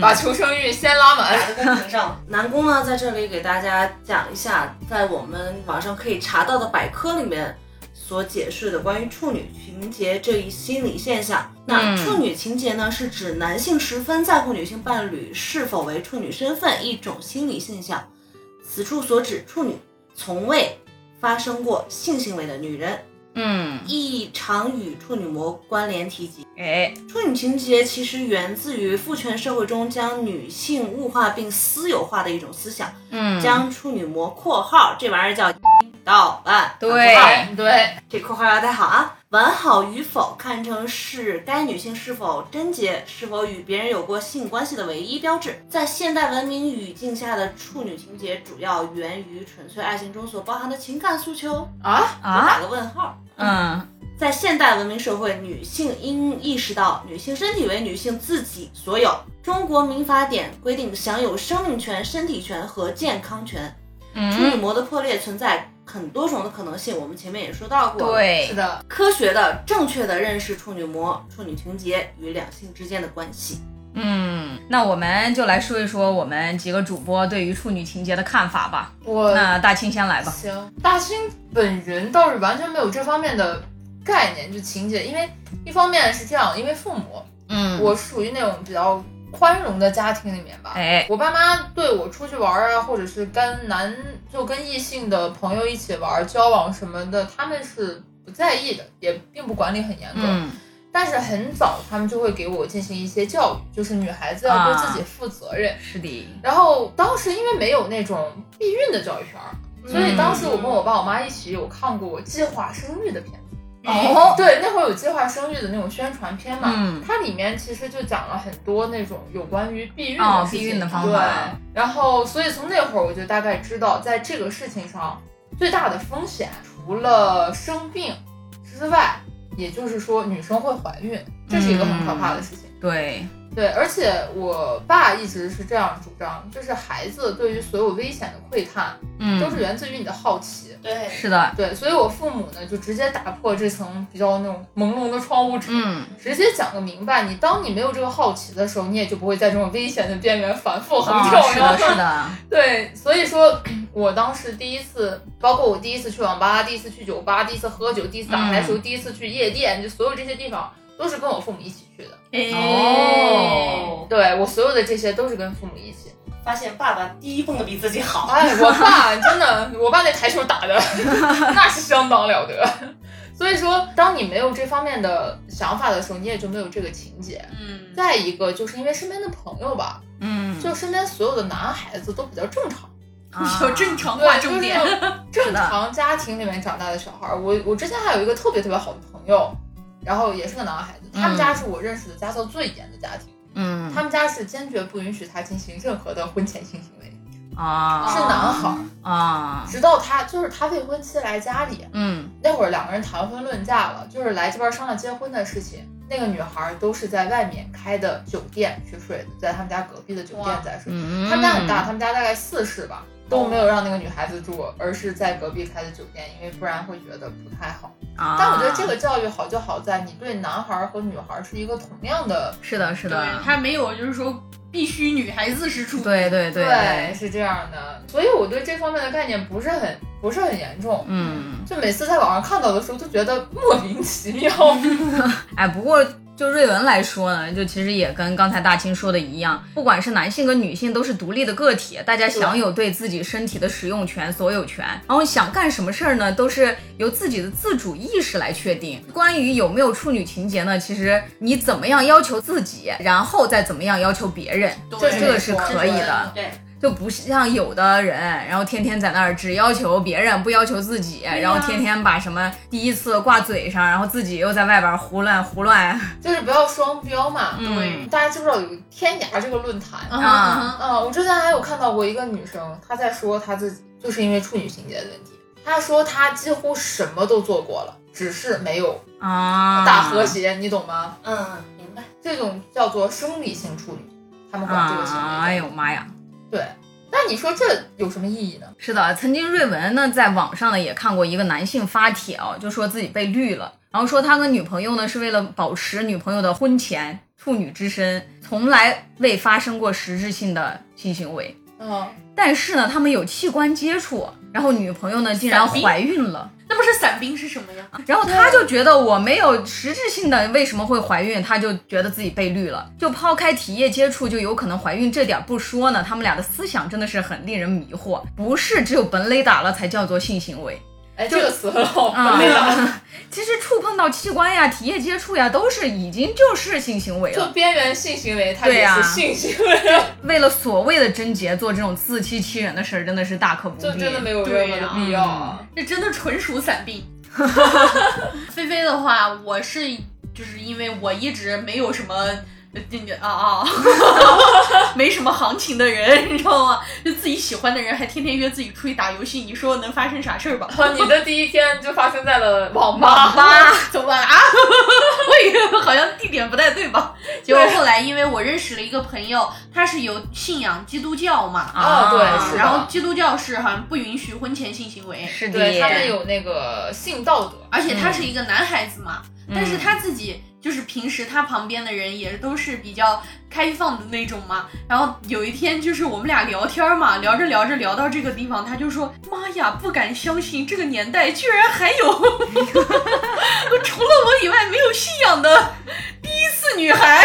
Speaker 2: 把求生欲先拉满。
Speaker 8: 跟评上。
Speaker 3: 南宫呢，在这里给大家讲一下，在我们网上可以查到的百科里面所解释的关于处女情结这一心理现象。那
Speaker 1: 嗯
Speaker 3: 处女情结呢，是指男性十分在乎女性伴侣是否为处女身份一种心理现象。此处所指处女从未发生过性行为的女人，
Speaker 1: 嗯，
Speaker 3: 亦常与处女膜关联提及。
Speaker 1: 哎，
Speaker 3: 处女情结其实源自于父权社会中将女性物化并私有化的一种思想，
Speaker 1: 嗯，
Speaker 3: 将处女膜（括号这玩意儿叫到完）
Speaker 1: 对
Speaker 3: 括号
Speaker 2: 哎对，
Speaker 3: 这括号要带好啊，完好与否看成是该女性是否贞洁、是否与别人有过性关系的唯一标志。在现代文明语境下的处女情结，主要源于纯粹爱情中所包含的情感诉求。
Speaker 2: 啊，
Speaker 3: 我
Speaker 1: 啊，
Speaker 3: 打个问号。
Speaker 1: 嗯，
Speaker 3: 在现代文明社会，女性应意识到女性身体为女性自己所有。中国民法典规定享有生命权、身体权和健康权。处女膜的破裂存在很多种的可能性，我们前面也说到过。，
Speaker 2: 是
Speaker 1: 对，
Speaker 2: 的，
Speaker 3: 科学的、正确的认识处女膜、处女情结与两性之间的关系。
Speaker 1: 嗯，那我们就来说一说我们几个主播对于处女情节的看法吧。
Speaker 2: 我
Speaker 1: 那大清先来吧。
Speaker 2: 行，大兴本人倒是完全没有这方面的概念，就情节，因为一方面是这样，因为父母，
Speaker 1: 嗯，
Speaker 2: 我属于那种比较宽容的家庭里面吧。
Speaker 1: 哎，
Speaker 2: 我爸妈对我出去玩儿啊，或者是跟男就跟异性的朋友一起玩儿、交往什么的，他们是不在意的，也并不管理很严格。
Speaker 1: 嗯，
Speaker 2: 但是很早他们就会给我进行一些教育，就是女孩子
Speaker 1: 啊
Speaker 2: 要对自己负责任。
Speaker 1: 是的，
Speaker 2: 然后当时因为没有那种避孕的教育片儿，
Speaker 1: 嗯
Speaker 2: 所以当时我跟我爸我妈一起有看过计划生育的片子。
Speaker 1: 哦，
Speaker 2: 对，那会儿有计划生育的那种宣传片嘛，
Speaker 1: 嗯
Speaker 2: 它里面其实就讲了很多那种有关于避孕的
Speaker 1: 哦
Speaker 2: 事情
Speaker 1: 避孕的方法
Speaker 2: 对，然后所以从那会儿我就大概知道，在这个事情上最大的风险，除了生病之外，也就是说女生会怀孕，这是一个很可怕的事情。
Speaker 1: 对，
Speaker 2: 对，而且我爸一直是这样主张，就是孩子对于所有危险的窥探，
Speaker 1: 嗯，
Speaker 2: 都是源自于你的好奇。
Speaker 9: 对，
Speaker 1: 是的，
Speaker 2: 对，所以我父母呢，就直接打破这层比较那种朦胧的窗户纸，
Speaker 1: 嗯，
Speaker 2: 直接讲个明白。你当你没有这个好奇的时候，你也就不会在这种危险的边缘反复横
Speaker 1: 啊，
Speaker 2: 跳。
Speaker 1: 是的，是 的，
Speaker 2: 对，所以说 我当时第一次，包括我第一次去网吧，第一次去酒吧，第一次喝酒，第一次打
Speaker 1: 嗯
Speaker 2: 排球，第一次去夜店，就所有这些地方都是跟我父母一起去的。
Speaker 1: 哎哦，
Speaker 2: 对我所有的这些都是跟父母一起。
Speaker 8: 发现爸爸第一蹦的比自己好。
Speaker 2: 哎，我爸真的，我爸那台球打的 那是相当了得。所以说，当你没有这方面的想法的时候，你也就没有这个情节。
Speaker 5: 嗯，
Speaker 2: 再一个，就是因为身边的朋友吧，
Speaker 1: 嗯，
Speaker 2: 就身边所有的男孩子都比较正常，
Speaker 1: 啊
Speaker 5: 要正常
Speaker 2: 对，
Speaker 5: 划
Speaker 2: 就
Speaker 5: 重
Speaker 2: 是
Speaker 5: 点。
Speaker 2: 那种正
Speaker 1: 的
Speaker 2: 常家庭里面长大的小孩儿。我我之前还有一个特别特别好的朋友，然后也是个男孩子，
Speaker 5: 嗯
Speaker 2: 他们家是我认识的家教最严的家庭，
Speaker 1: 嗯
Speaker 2: 他们家是坚决不允许他进行任何的婚前性行为，
Speaker 1: 啊
Speaker 2: 是男孩儿。
Speaker 1: 啊，
Speaker 2: 直到他就是他未婚妻来家里
Speaker 1: 嗯
Speaker 2: 那会儿，两个人谈婚论嫁了，就是来这边商量结婚的事情。那个女孩都是在外面开的酒店去睡的，在他们家隔壁的酒店在睡。
Speaker 1: 嗯，
Speaker 2: 他们家很大，他们家大概四室吧，都没有让那个女孩子住，而是在隔壁开的酒店，因为不然会觉得不太好。
Speaker 1: 啊，
Speaker 2: 但我觉得这个教育好就好在你对男孩和女孩是一个同样的，
Speaker 1: 是的，是的
Speaker 5: 对，，他没有就是说必须女孩子是处
Speaker 1: 对对对对，
Speaker 2: 是这样的。所以我对这方面的概念不是很不是很严重。
Speaker 1: 嗯，
Speaker 2: 就每次在网上看到的时候，都觉得莫名其妙。
Speaker 1: 哎，不过。就瑞文来说呢，就其实也跟刚才大清说的一样，不管是男性跟女性都是独立的个体，大家享有对自己身体的使用权、所有权，然后想干什么事儿呢，都是由自己的自主意识来确定。关于有没有处女情节呢，其实你怎么样要求自己，然后再怎么样要求别人，
Speaker 5: 对
Speaker 1: 这个是可以的。
Speaker 8: 对，
Speaker 1: 就不像有的人，然后天天在那儿只要求别人，不要求自己，然后天天把什么第一次挂嘴上，然后自己又在外边胡乱胡乱。
Speaker 2: 就是不要双标嘛。
Speaker 1: 嗯
Speaker 2: 啊大家知不知道有天涯这个论坛？
Speaker 1: 啊
Speaker 2: 啊，我之前还有看到过一个女生，她在说她自己就是因为处女情节的问题，她说她几乎什么都做过了，只是没有
Speaker 1: 啊，
Speaker 2: 嗯大和谐，你懂吗？
Speaker 3: 嗯，明白。
Speaker 2: 这种叫做生理性处女，他们管这个行为。
Speaker 1: 啊！哎呦妈呀！
Speaker 2: 对，那你说这有什么意义呢？
Speaker 1: 是的，曾经瑞文呢在网上呢也看过一个男性发帖哦，就说自己被绿了，然后说他跟女朋友呢是为了保持女朋友的婚前处女之身，从来未发生过实质性的性行为。
Speaker 2: 嗯，
Speaker 1: 但是呢，他们有器官接触，然后女朋友呢竟然
Speaker 5: 闪避
Speaker 1: 怀孕了，
Speaker 5: 那不是伞兵是什么呀？
Speaker 1: 然后他就觉得我没有实质性的为什么会怀孕，他就觉得自己被绿了。就抛开体液接触就有可能怀孕这点不说呢，他们俩的思想真的是很令人迷惑，不是只有本垒打了才叫做性行为。
Speaker 2: 哎，这个词很好，
Speaker 1: 啊
Speaker 2: 没想到
Speaker 1: 其实触碰到器官呀、体液接触呀，都是已经就是性行为
Speaker 2: 就
Speaker 1: 了。
Speaker 2: 边缘性行为，它
Speaker 1: 对
Speaker 2: 也
Speaker 1: 呀
Speaker 2: 是性行为，
Speaker 1: 为了所谓的贞洁做这种自欺欺人的事儿，真的是大可不必。
Speaker 2: 就真的没有任何的必要啊。
Speaker 5: 这真的纯属伞兵。菲菲的话，我是就是因为我一直没有什么。那个啊啊，没什么行情的人，你知道吗？就自己喜欢的人，还天天约自己出去打游戏，你说能发生啥事儿吧？
Speaker 2: 啊你的第一天就发生在了网吧，
Speaker 5: 网吧，怎么办啊？ 我以为好像地点不太对吧？结果后来，因为我认识了一个朋友，他是有信仰基督教嘛，
Speaker 2: 啊，对，
Speaker 5: 啊
Speaker 2: 是的
Speaker 5: 然后基督教是好像不允许婚前性行为，
Speaker 1: 是的，
Speaker 2: 对他们有那个性道德，
Speaker 5: 而且他是一个男孩子嘛，
Speaker 1: 嗯
Speaker 5: 但是他自己就是平时他旁边的人也都是比较开放的那种嘛。然后有一天就是我们俩聊天嘛，聊着聊着聊到这个地方，他就说：“妈呀，不敢相信这个年代居然还 有除了我以外没有信仰的第一次女孩。”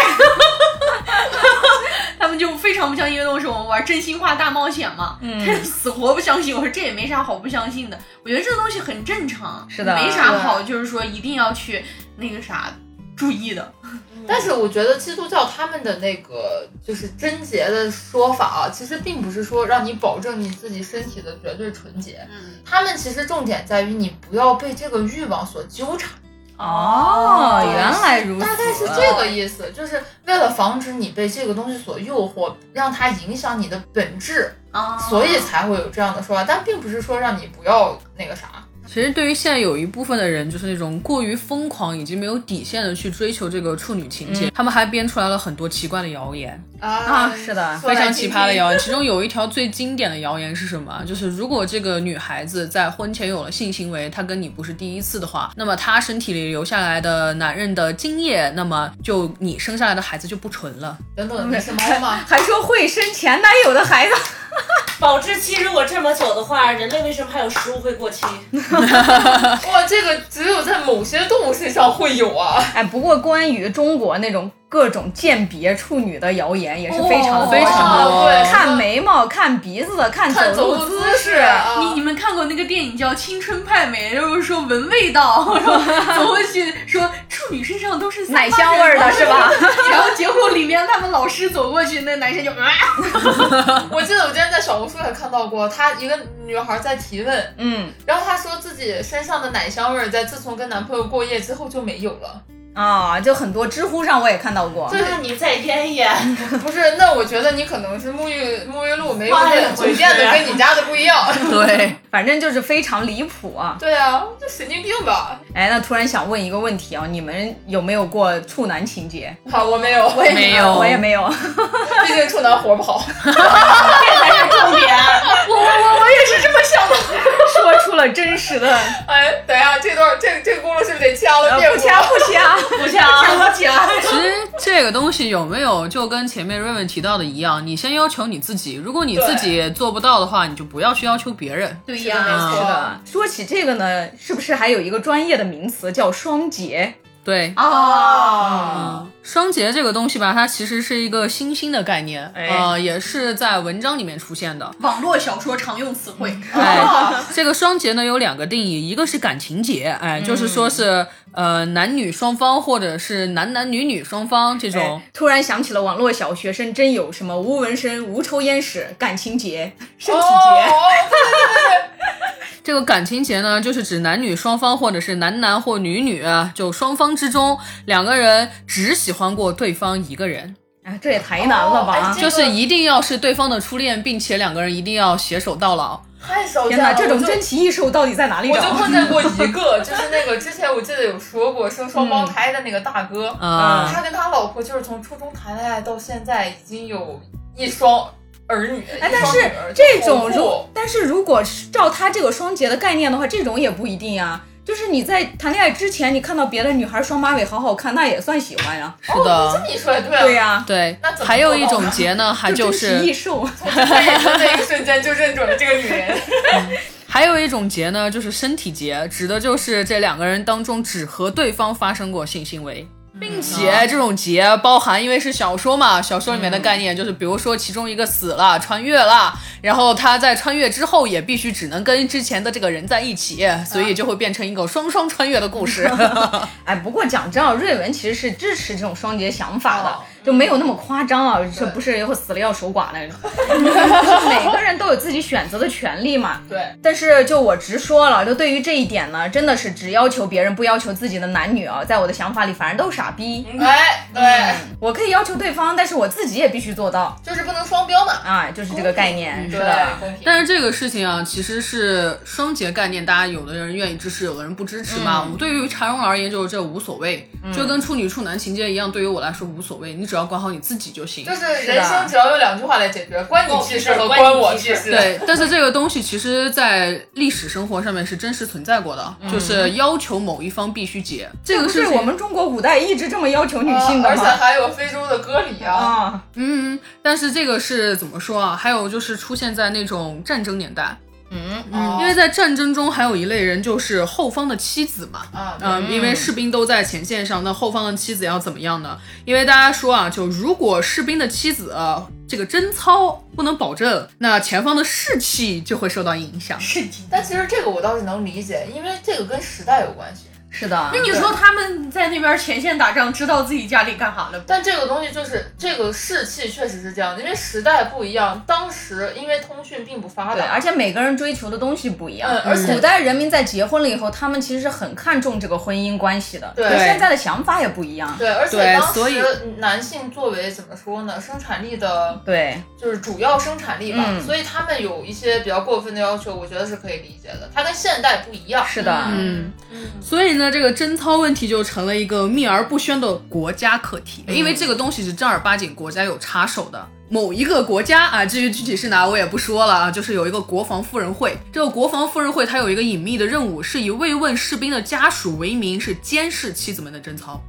Speaker 5: 他们就非常不相信，因为当时我们玩真心话大冒险嘛，
Speaker 1: 嗯
Speaker 5: 他就死活不相信。我说这也没啥好不相信的，我觉得这个东西很正常，
Speaker 1: 是的
Speaker 5: 没啥好就是说一定要去那个啥注意的。
Speaker 1: 嗯
Speaker 2: 但是我觉得基督教他们的那个就是贞洁的说法啊，其实并不是说让你保证你自己身体的绝对纯洁，
Speaker 5: 嗯，
Speaker 2: 他们其实重点在于你不要被这个欲望所纠缠，
Speaker 1: 哦，原来如此，
Speaker 2: 大概是这个意思，就是为了防止你被这个东西所诱惑，让它影响你的本质，
Speaker 5: 啊，
Speaker 2: 所以才会有这样的说法，但并不是说让你不要那个啥，
Speaker 6: 其实对于现在有一部分的人，就是那种过于疯狂以及没有底线的去追求这个处女情
Speaker 2: 嗯
Speaker 6: 节，他们还编出来了很多奇怪的谣言，
Speaker 2: 啊
Speaker 1: 啊，是的，
Speaker 2: 说
Speaker 6: 非
Speaker 2: 来
Speaker 6: 常
Speaker 2: 听
Speaker 6: 奇
Speaker 2: 听
Speaker 6: 葩的谣言。其中有一条最经典的谣言是什么啊？就是如果这个女孩子在婚前有了性行为，她跟你不是第一次的话，那么她身体里留下来的男人的精液，那么就你生下来的孩子就不纯了。
Speaker 2: 等等，你是猫吗？
Speaker 1: 还说会生前男友的孩子，
Speaker 7: 保质期如果这么久的话，人类为什么还有食物会过 期？
Speaker 2: 哇，这个只有在某些动物身上会有啊。
Speaker 1: 哎，不过关于中国那种各种鉴别处女的谣言也是非常多
Speaker 6: 非常多
Speaker 2: 哦对，
Speaker 1: 看眉毛、看鼻子、看
Speaker 2: 看走
Speaker 1: 路
Speaker 2: 路
Speaker 1: 姿
Speaker 2: 姿势啊，
Speaker 5: 你你们看过那个电影叫《青春派美》，就是说闻味道， 然后走过去说处女身上都是
Speaker 1: 奶香味儿的是吧？
Speaker 5: 然后结果里面他们老师走过去，那男生就啊，
Speaker 2: 我记得我之前在小红书也看到过，她一个女孩在提问，
Speaker 1: 嗯
Speaker 2: 然后她说自己身上的奶香味儿在自从跟男朋友过夜之后就没有了。
Speaker 1: 啊，就很多知乎上我也看到过，
Speaker 7: 那你再腌一腌，
Speaker 2: 不是，那我觉得你可能是沐浴沐浴露没用
Speaker 7: 哇
Speaker 2: 的，
Speaker 7: 我
Speaker 2: 酒
Speaker 7: 也
Speaker 2: 店的
Speaker 7: 是
Speaker 2: 跟你家的不一样。
Speaker 6: 对，
Speaker 1: 反正就是非常离谱啊！
Speaker 2: 对啊，这神经病 吧？
Speaker 1: 哎，那突然想问一个问题啊，你们有没有过处男情节？
Speaker 2: 好，我没有，我也
Speaker 6: 没有
Speaker 1: 我也没有。
Speaker 2: 毕竟处男活不好。
Speaker 7: 这才是重点。
Speaker 1: 说出了真实的，
Speaker 2: 哎，等一下，这段这这个公路是不是得掐了？
Speaker 1: 呃
Speaker 2: 别
Speaker 1: 不掐不 掐。
Speaker 7: 不像，
Speaker 2: 啊
Speaker 7: 不像。
Speaker 6: 其实这个东西有没有就跟前面瑞文提到的一样，你先要求你自己，如果你自己做不到的话，你就不要去要求别人。
Speaker 5: 对
Speaker 2: 没
Speaker 5: 呀，
Speaker 2: 错
Speaker 1: 是的，说起这个呢，是不是还有一个专业的名词叫双节？
Speaker 6: 对，嗯
Speaker 2: 哦，
Speaker 6: 双节这个东西吧，它其实是一个新兴的概念，
Speaker 1: 哎
Speaker 6: 呃，也是在文章里面出现的。
Speaker 5: 网络小说常用词汇。
Speaker 1: 嗯
Speaker 5: 啊
Speaker 6: 哎，这个双节呢有两个定义，一个是感情节，
Speaker 2: 嗯
Speaker 6: 哎，就是说是呃男女双方或者是男男女女双方这
Speaker 2: 哦
Speaker 6: 种。
Speaker 1: 哎突然想起了网络小学生真有什么无纹身、无抽烟史、感情节、身体节。
Speaker 2: 哦哎
Speaker 6: 这个感情节呢，就是指男女双方或者是男男或女女啊，就双方之中两个人只喜欢过对方一个人，
Speaker 1: 啊，这也太难了吧！
Speaker 2: 哦哎这个
Speaker 6: 就是一定要是对方的初恋，并且两个人一定要携手到老。
Speaker 2: 太少见
Speaker 1: 天
Speaker 2: 了，
Speaker 1: 哪，这种
Speaker 2: 我就
Speaker 1: 珍奇异兽到底在哪里
Speaker 2: 我就
Speaker 1: 找？
Speaker 2: 碰见过一个，就是那个之前我记得有说过生双胞胎的那个大哥，
Speaker 1: 嗯
Speaker 6: 啊
Speaker 2: 他跟他老婆就是从初中谈恋爱到现在已经有一双儿女，
Speaker 1: 哎，
Speaker 2: 一
Speaker 1: 但
Speaker 2: 双
Speaker 1: 是
Speaker 2: 女儿
Speaker 1: 这种
Speaker 2: 就
Speaker 1: 如
Speaker 2: 好酷，
Speaker 1: 但是如果是照他这个双节的概念的话，这种也不一定呀。就是你在谈恋爱之前，你看到别的女孩双马尾好好看，那也算喜欢呀。
Speaker 6: 是
Speaker 2: 哦，这
Speaker 6: 的，
Speaker 2: 么一说也对啊
Speaker 1: 对呀、
Speaker 6: 对
Speaker 2: 那怎。么
Speaker 6: 还有一
Speaker 2: 做到
Speaker 6: 种
Speaker 2: 呢
Speaker 6: 节呢，还 就
Speaker 1: 珍奇异
Speaker 6: 是
Speaker 1: 兽，
Speaker 2: 在眼神的一瞬间就认准了这个女 人，
Speaker 6: 还有一种节呢，就是身体节，指的就是这两个人当中只和对方发生过性行为。并且这种节包含，因为是小说嘛，小说里面的概念就是，比如说其中一个死了，穿越了，然后他在穿越之后也必须只能跟之前的这个人在一起，所以就会变成一个双双穿越的故事。
Speaker 1: 哎，不过讲真啊，瑞文其实是支持这种双节想法
Speaker 2: 哦
Speaker 1: 的，就没有那么夸张啊，
Speaker 2: 嗯
Speaker 1: 这不是以后死了要守寡 那种。就是每个人都有自己选择的权利嘛。
Speaker 2: 对。
Speaker 1: 但是就我直说了，就对于这一点呢，真的是只要求别人，不要求自己的男女啊，在我的想法里，反正都傻逼。
Speaker 2: 哎，对，
Speaker 1: 我可以要求对方，但是我自己也必须做到
Speaker 2: 就是不能双标嘛。嗯
Speaker 1: 啊，就是这个概念，是
Speaker 2: 对
Speaker 1: 的，。
Speaker 2: 公平。
Speaker 6: 但是这个事情啊，其实是双节概念，大家有的人愿意支持，有的人不支持
Speaker 1: 嗯
Speaker 6: 嘛。我对于柴荣而言，就是这无所谓，就跟处女处男情节一样，对于我来说无所谓，你只要管好你自己就行
Speaker 2: 就。是人生只要有两句话来解决，关你屁事和关我屁事。，
Speaker 6: 对，但是这个东西其实，在历史生活上面是真实存在过的，就是要求某一方必须结，这个
Speaker 1: 嗯不是
Speaker 6: 是
Speaker 1: 我们中国古代一直这么要求女性的
Speaker 2: 呃而且
Speaker 1: 吗？
Speaker 2: 还有非洲的割礼啊，
Speaker 1: 啊，
Speaker 6: 嗯，但是这个是怎么说啊？还有就是出现在那种战争年代，
Speaker 2: 嗯
Speaker 6: 因为在战争中还有一类人就是后方的妻子嘛，
Speaker 2: 啊，对
Speaker 6: 嗯，因为士兵都在前线上，那后方的妻子要怎么样呢？因为大家说啊，就如果士兵的妻子、呃这个贞操不能保证，那前方的士气就会受到影响。
Speaker 2: 但其实这个我倒是能理解，因为这个跟时代有关系。
Speaker 1: 是的
Speaker 5: 那，你说他们在那边前线打仗，知道自己家里干啥了吗？
Speaker 2: 但这个东西就是这个士气确实是这样的，因为时代不一样，当时因为通讯并不发
Speaker 1: 对，而
Speaker 2: 达，
Speaker 1: 且每个人追求的东西不一样，
Speaker 2: 嗯而且
Speaker 1: 古代人民在结婚了以后，他们其实是很看重这个婚姻关系的，
Speaker 2: 对
Speaker 1: 跟现在的想法也不一样。
Speaker 2: 对，而且
Speaker 6: 对
Speaker 2: 当
Speaker 6: 所以
Speaker 2: 时男性作为怎么说呢，生产力的
Speaker 1: 对，
Speaker 2: 就是主要生产力吧，
Speaker 1: 嗯
Speaker 2: 所以他们有一些比较过分的要求，我觉得是可以理解的。它跟现代不一样，
Speaker 1: 是的，
Speaker 6: 嗯，所以呢，这个贞操问题就成了一个秘而不宣的国家课题，因为这个东西是正儿八经国家哎有插手的。某一个国家啊，至于具体是哪我也不说了啊，就是有一个国防妇人会，这个国防妇人会它有一个隐秘的任务，是以慰问士兵的家属为名，是监视妻子们的贞操。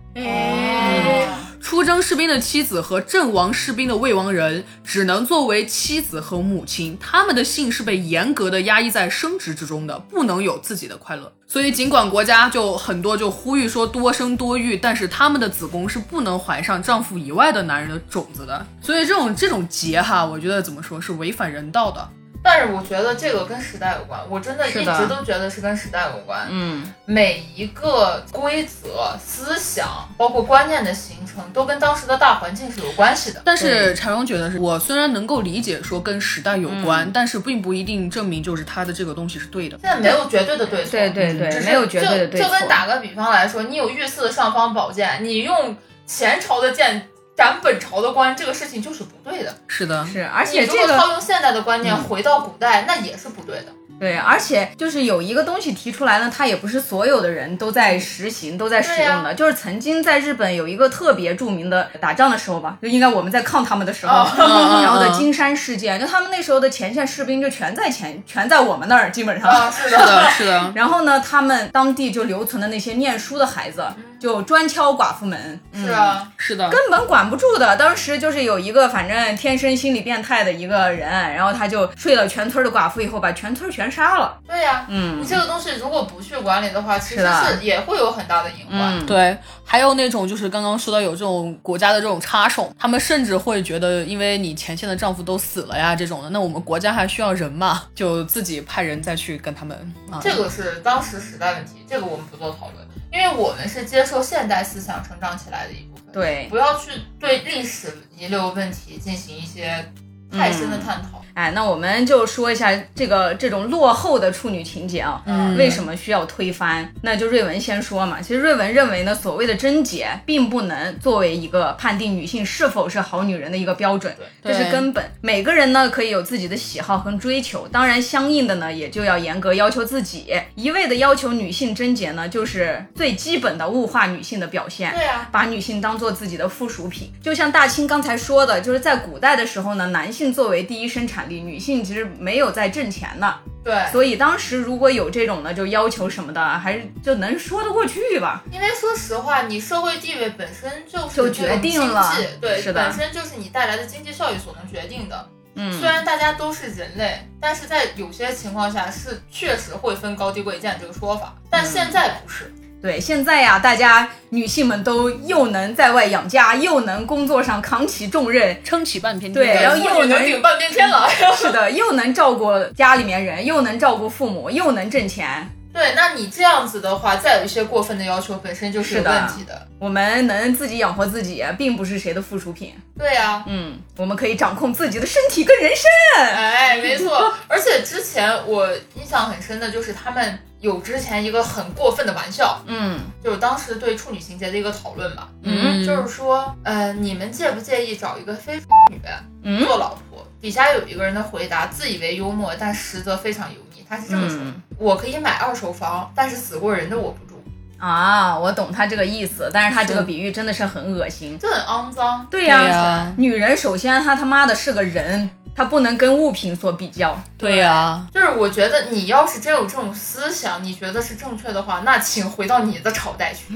Speaker 6: 出征士兵的妻子和阵亡士兵的未亡人只能作为妻子和母亲，他们的性是被严格的压抑在生殖之中的，不能有自己的快乐。所以，尽管国家就很多就呼吁说多生多育，但是他们的子宫是不能怀上丈夫以外的男人的种子的。所以，这种这种节哈，我觉得怎么说是违反人道的。
Speaker 2: 但是我觉得这个跟时代有关，我真的一
Speaker 1: 是的
Speaker 2: 直都觉得是跟时代有关。
Speaker 1: 嗯，
Speaker 2: 每一个规则、思想，包括观念的形成，都跟当时的大环境是有关系的。
Speaker 6: 但是柴荣觉得是，我虽然能够理解说跟时代有关，但是并不一定证明就是他的这个东西是对的。
Speaker 2: 现在没有绝对的对错，
Speaker 1: 对对对
Speaker 2: 只，是
Speaker 1: 没有绝对的
Speaker 2: 嗯
Speaker 1: 对
Speaker 2: 就
Speaker 1: 错
Speaker 2: 就。跟打个比方来说，你有御赐的尚方宝剑，你用前朝的剑斩本朝的官，这个事情就是不对的。
Speaker 6: 是的，
Speaker 1: 是，而
Speaker 2: 你
Speaker 1: 且
Speaker 2: 如果
Speaker 1: 这
Speaker 2: 套
Speaker 1: 个嗯
Speaker 2: 用现代的观念回到古代，那也是不对的。
Speaker 1: 对，而且就是有一个东西提出来呢，它也不是所有的人都在实行、都在使用的。就是曾经在日本有一个特别著名的打仗的时候吧，就应该我们在抗他们的时候，
Speaker 2: 哦
Speaker 6: 嗯
Speaker 1: 然后的
Speaker 6: 嗯
Speaker 1: 金山事件，就他们那时候的前线士兵就全在前，全在我们那儿，基本上。
Speaker 2: 啊，是
Speaker 6: 是的，是的。
Speaker 1: 然后呢，他们当地就留存的那些念书的孩子，就专敲寡妇门，
Speaker 2: 嗯是啊，
Speaker 6: 是的，
Speaker 1: 根本管不住的。当时就是有一个反正天生心理变态的一个人，然后他就睡了全村的寡妇以后，把全村全杀了。
Speaker 2: 对呀、
Speaker 1: 嗯
Speaker 2: 你这个东西如果不去管理的话，其实
Speaker 1: 是的
Speaker 2: 是也会有很大的隐患。
Speaker 1: 嗯，
Speaker 6: 对，还有那种就是刚刚说到有这种国家的这种插手，他们甚至会觉得，因为你前线的丈夫都死了呀这种的，那我们国家还需要人嘛，就自己派人再去跟他们啊。
Speaker 2: 这个是当时时代问题，这个我们不做讨论，因为我们是接受现代思想成长起来的一部分。
Speaker 1: 对，
Speaker 2: 不要去对历史遗留问题进行一些太深的探讨。
Speaker 1: 哎，那我们就说一下这个这种落后的处女情节啊，
Speaker 2: 嗯
Speaker 1: 为什么需要推翻？那就瑞文先说嘛。其实瑞文认为呢，所谓的贞洁并不能作为一个判定女性是否是好女人的一个标准，这
Speaker 6: 对
Speaker 1: 是根本。每个人呢可以有自己的喜好和追求，当然相应的呢也就要严格要求自己。一味的要求女性贞洁呢，就是最基本的物化女性的表现。
Speaker 2: 对啊呀、
Speaker 1: 把女性当做自己的附属品。就像大清刚才说的，就是在古代的时候呢，男性作为第一生产力，女性其实没有在挣钱的，
Speaker 2: 对，
Speaker 1: 所以当时如果有这种呢，就要求什么的，还是就能说得过去吧。
Speaker 2: 因为说实话，你社会地位本身就是
Speaker 1: 就
Speaker 2: 这种
Speaker 1: 决定了
Speaker 2: 经济对，
Speaker 1: 是的
Speaker 2: 本身就是你带来的经济效益所能决定的。
Speaker 1: 嗯
Speaker 2: 虽然大家都是人类，但是在有些情况下是确实会分高低贵贱这个说法，但
Speaker 1: 嗯
Speaker 2: 现在不是。
Speaker 1: 对，现在呀，大家女性们都又能在外养家，又能工作上扛起重任，
Speaker 6: 撑起半边天。
Speaker 1: 对然后
Speaker 2: 妇女
Speaker 1: 又能
Speaker 2: 能顶半边天了。
Speaker 1: 是的，又能照顾家里面人，又能照顾父母，又能挣钱。
Speaker 2: 对，那你这样子的话，再有一些过分的要求，本身就是有
Speaker 1: 是的
Speaker 2: 问题的。
Speaker 1: 我们能自己养活自己，并不是谁的附属品。
Speaker 2: 对啊呀、
Speaker 1: 嗯，我们可以掌控自己的身体跟人生。
Speaker 2: 哎，没 错，而且之前我印象很深的就是他们有之前一个很过分的玩笑，
Speaker 1: 嗯。
Speaker 2: 就是当时对处女情节的一个讨论吧，
Speaker 1: 嗯
Speaker 2: 就是说，呃，你们介不介意找一个非处女
Speaker 1: 嗯
Speaker 2: 做老婆？底下有一个人的回答自以为幽默，但实则非常油腻，他是这么说：
Speaker 1: 嗯
Speaker 2: 我可以买二手房，但是死过人的我不住，
Speaker 1: 啊，我懂他这个意思，但是他这个
Speaker 6: 是
Speaker 1: 比喻真的是很恶心。
Speaker 2: 这很肮脏。
Speaker 1: 对
Speaker 6: 对
Speaker 1: 呀、
Speaker 6: 呀，
Speaker 1: 女人首先她他妈的是个人，她不能跟物品所比较。
Speaker 6: 对 呀，
Speaker 2: 就是我觉得你要是真有这种思想，你觉得是正确的话，那请回到你的朝代 去，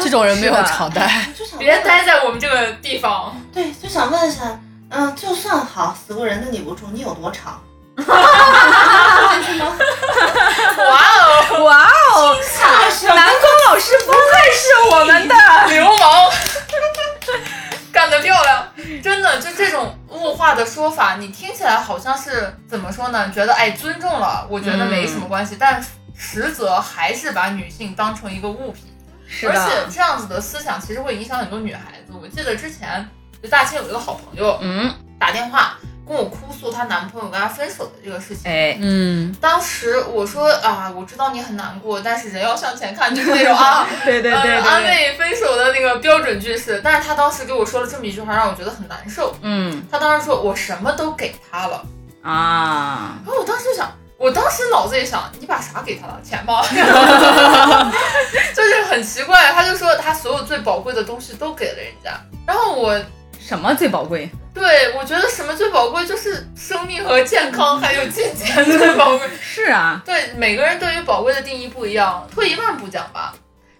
Speaker 6: 这种人没有
Speaker 1: 是的
Speaker 6: 朝代。
Speaker 3: 就想
Speaker 2: 别
Speaker 3: 问
Speaker 2: 待在我们这个地 方。
Speaker 3: 对，就想问一下，嗯，就算好死过人的你不住，你有多长？
Speaker 2: 哇哦！
Speaker 1: 哇哦，南宫老师不愧是我们的。
Speaker 2: 流氓，干得漂亮！真的，就这种物化的说法，你听起来好像是怎么说呢？觉得哎，尊重了，我觉得没
Speaker 1: 嗯
Speaker 2: 什么关系，但实则还是把女性当成一个物品，
Speaker 1: 是
Speaker 2: 而且，这样子的思想其实会影响很多女孩子。我记得之前就大庆有一个好朋友
Speaker 1: 嗯，
Speaker 2: 打电话跟我哭诉她男朋友跟她分手的这个事情，
Speaker 1: 哎，
Speaker 6: 嗯，
Speaker 2: 当时我说啊，我知道你很难过，但是人要向前看，就是那种啊。
Speaker 1: 对对对对
Speaker 2: 呃，安
Speaker 1: 对，
Speaker 2: 慰分手的那个标准句式，但是他当时给我说了这么一句话，让我觉得很难受。
Speaker 1: 嗯
Speaker 2: 他当时说我什么都给他了，
Speaker 1: 啊，
Speaker 2: 然后我当时就想，我当时脑子里想，你把啥给他了？钱吗？ 就是很奇怪，他就说他所有最宝贵的东西都给了人家，然后我。
Speaker 1: 什么最宝贵？
Speaker 2: 对，我觉得什么最宝贵，就是生命和健康，还有金钱 最宝贵。
Speaker 1: 是啊，
Speaker 2: 对每个人对于宝贵的定义不一样。退一万步讲吧，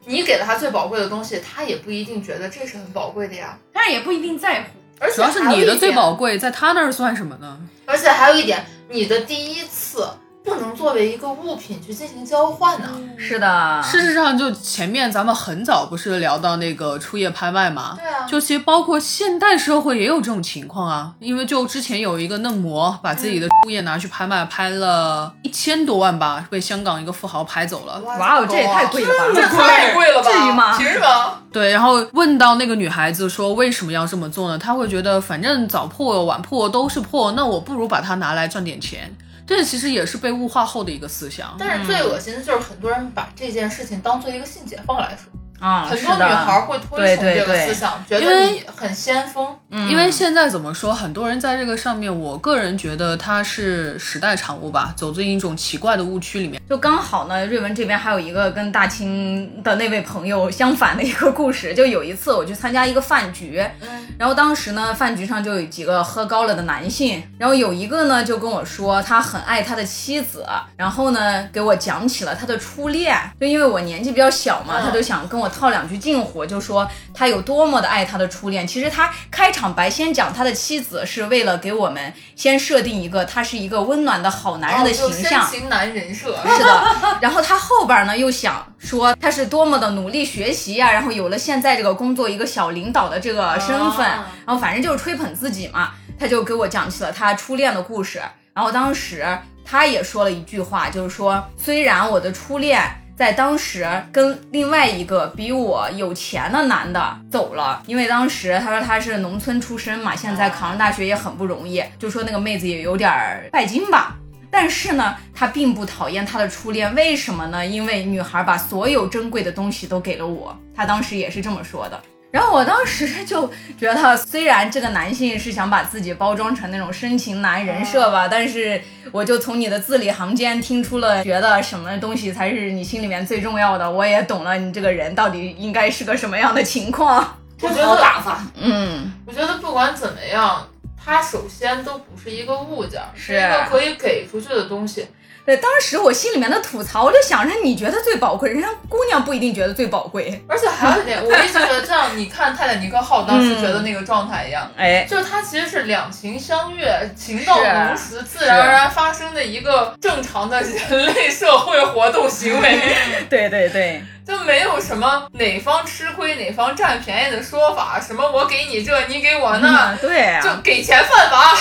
Speaker 2: 你给了他最宝贵的东西，他也不一定觉得这是很宝贵的呀。
Speaker 5: 但也不一定在乎。
Speaker 2: 而且
Speaker 6: 主要是
Speaker 2: 还有
Speaker 6: 你的
Speaker 2: 一
Speaker 6: 最
Speaker 2: 点
Speaker 6: 宝贵，在他那儿算什么 呢？
Speaker 2: 而且还有一点，你的第一次不能作为一个物品去进行交换呢、
Speaker 6: 嗯
Speaker 1: 是的，
Speaker 6: 事实上，就前面咱们很早不是聊到那个初夜拍卖吗？
Speaker 2: 对啊，
Speaker 6: 就其实包括现代社会也有这种情况啊，因为就之前有一个嫩模把自己
Speaker 2: 嗯
Speaker 6: 的物业拿去拍卖，拍了一千多万吧，被香港一个富豪拍走了。
Speaker 1: 哇哦，这也太贵了吧！
Speaker 2: 这太贵了吧？
Speaker 1: 至于吗
Speaker 2: 凭什么？
Speaker 6: 对，然后问到那个女孩子说为什么要这么做呢？她会觉得反正早破晚破都是破，那我不如把它拿来赚点钱。这其实也是被物化后的一个思想。
Speaker 2: 但是最恶心的就是很多人把这件事情当做一个性解放来说，
Speaker 1: 啊，
Speaker 2: 很
Speaker 1: 是
Speaker 2: 多女
Speaker 1: 的
Speaker 2: 孩儿会推
Speaker 1: 对
Speaker 2: 崇
Speaker 1: 对
Speaker 2: 这个
Speaker 1: 对
Speaker 2: 思想，觉
Speaker 6: 因
Speaker 2: 得
Speaker 6: 为
Speaker 2: 你很先锋。嗯
Speaker 6: 因为现在怎么说，很多人在这个上面，我个人觉得它是时代产物吧，走进一种奇怪的误区里面。
Speaker 1: 就刚好呢，瑞文这边还有一个跟大清的那位朋友相反的一个故事。就有一次我去参加一个饭局，
Speaker 2: 嗯
Speaker 1: 然后当时呢，饭局上就有几个喝高了的男性，然后有一个呢就跟我说他很爱他的妻
Speaker 2: 嗯
Speaker 1: 子，然后呢给我讲起了他的初恋，就因为我年纪比较小嘛，他就想跟我套两句近乎，就说他有多么的爱他的初恋。其实他开场白先讲他的妻子是为了给我们先设定一个他是一个温暖的好男人的形
Speaker 2: 哦就深
Speaker 1: 象，
Speaker 2: 情男人设，
Speaker 1: 是的。然后他后边呢又想说他是多么的努力学习啊呀、然后有了现在这个工作一个小领导的这个身份，然后反正就是吹捧自己嘛。他就给我讲起了他初恋的故事，然后当时他也说了一句话，就是说虽然我的初恋。在当时跟另外一个比我有钱的男的走了，因为当时他说他是农村出身嘛，现在考上大学也很不容易，就说那个妹子也有点儿拜金吧，但是呢，他并不讨厌他的初恋，为什么呢？因为女孩把所有珍贵的东西都给了我，他当时也是这么说的。然后我当时就觉得，虽然这个男性是想把自己包装成那种深情男人设吧，但是我就从你的字里行间听出了，觉得什么东西才是你心里面最重要的。我也懂了你这个人到底应该是个什么样的情况。
Speaker 2: 我觉得
Speaker 7: 打发，
Speaker 1: 嗯，
Speaker 2: 我觉得不管怎么样，它首先都不是一个物件儿，是一个可以给出去的东西。
Speaker 1: 对，当时我心里面的吐槽，我就想着你觉得最宝贵，人家姑娘不一定觉得最宝贵。
Speaker 2: 而且还有一点，我一直觉得这样，你看《泰坦尼克号》当时觉得
Speaker 6: 嗯
Speaker 2: 那个状态一样，
Speaker 1: 哎，
Speaker 2: 就是它其实是两情相悦、情到
Speaker 1: 是
Speaker 2: 浓时自然而然发生的一个正常的人类社会活动 行为，
Speaker 1: 对对对，
Speaker 2: 就没有什么哪方吃亏哪方占便宜的说法，什么我给你这，你给我那
Speaker 1: 嗯，，对啊，
Speaker 2: 就给钱犯法，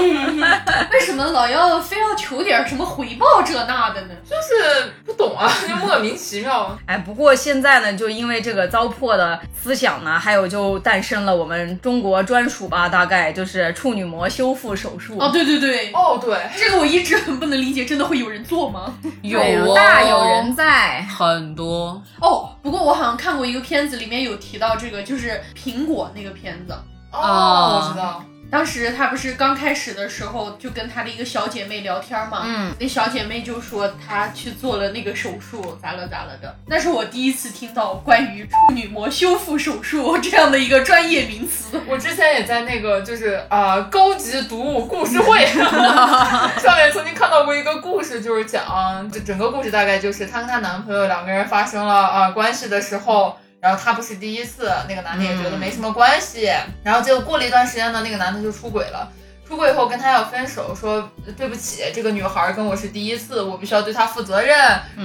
Speaker 5: 为什么老要非要求点什么回报这那的呢？
Speaker 2: 就是不懂啊，就莫名其妙。
Speaker 1: 哎，不过现在呢，就因为这个糟粕的思想呢，还有就诞生了我们中国专属吧，大概就是处女膜修复手术，
Speaker 5: 哦，对对对，
Speaker 2: 哦，对，
Speaker 5: 这个我一直很不能理解，真的会有人做吗？
Speaker 6: 有
Speaker 2: 哎
Speaker 1: 大有啊人在。
Speaker 6: 很多，
Speaker 5: 哦，不过我好像看过一个片子，里面有提到这个，就是苹果那个片子。
Speaker 2: 哦，我知道。
Speaker 5: 当时他不是刚开始的时候就跟他的一个小姐妹聊天嘛，
Speaker 1: 嗯，
Speaker 5: 那小姐妹就说她去做了那个手术，咋了咋了的。那是我第一次听到关于处女膜修复手术这样的一个专业名词。
Speaker 2: 我之前也在那个就是啊、呃高级读物故事会上面曾经看到过一个故事，就是讲这整个故事大概就是她跟她男朋友两个人发生了啊、呃关系的时候。然后她不是第一次，那个男的也觉得没什么关系。然后结果过了一段时间呢，那个男的就出轨了。出轨以后跟她要分手，说对不起，这个女孩跟我是第一次，我必须要对她负责任。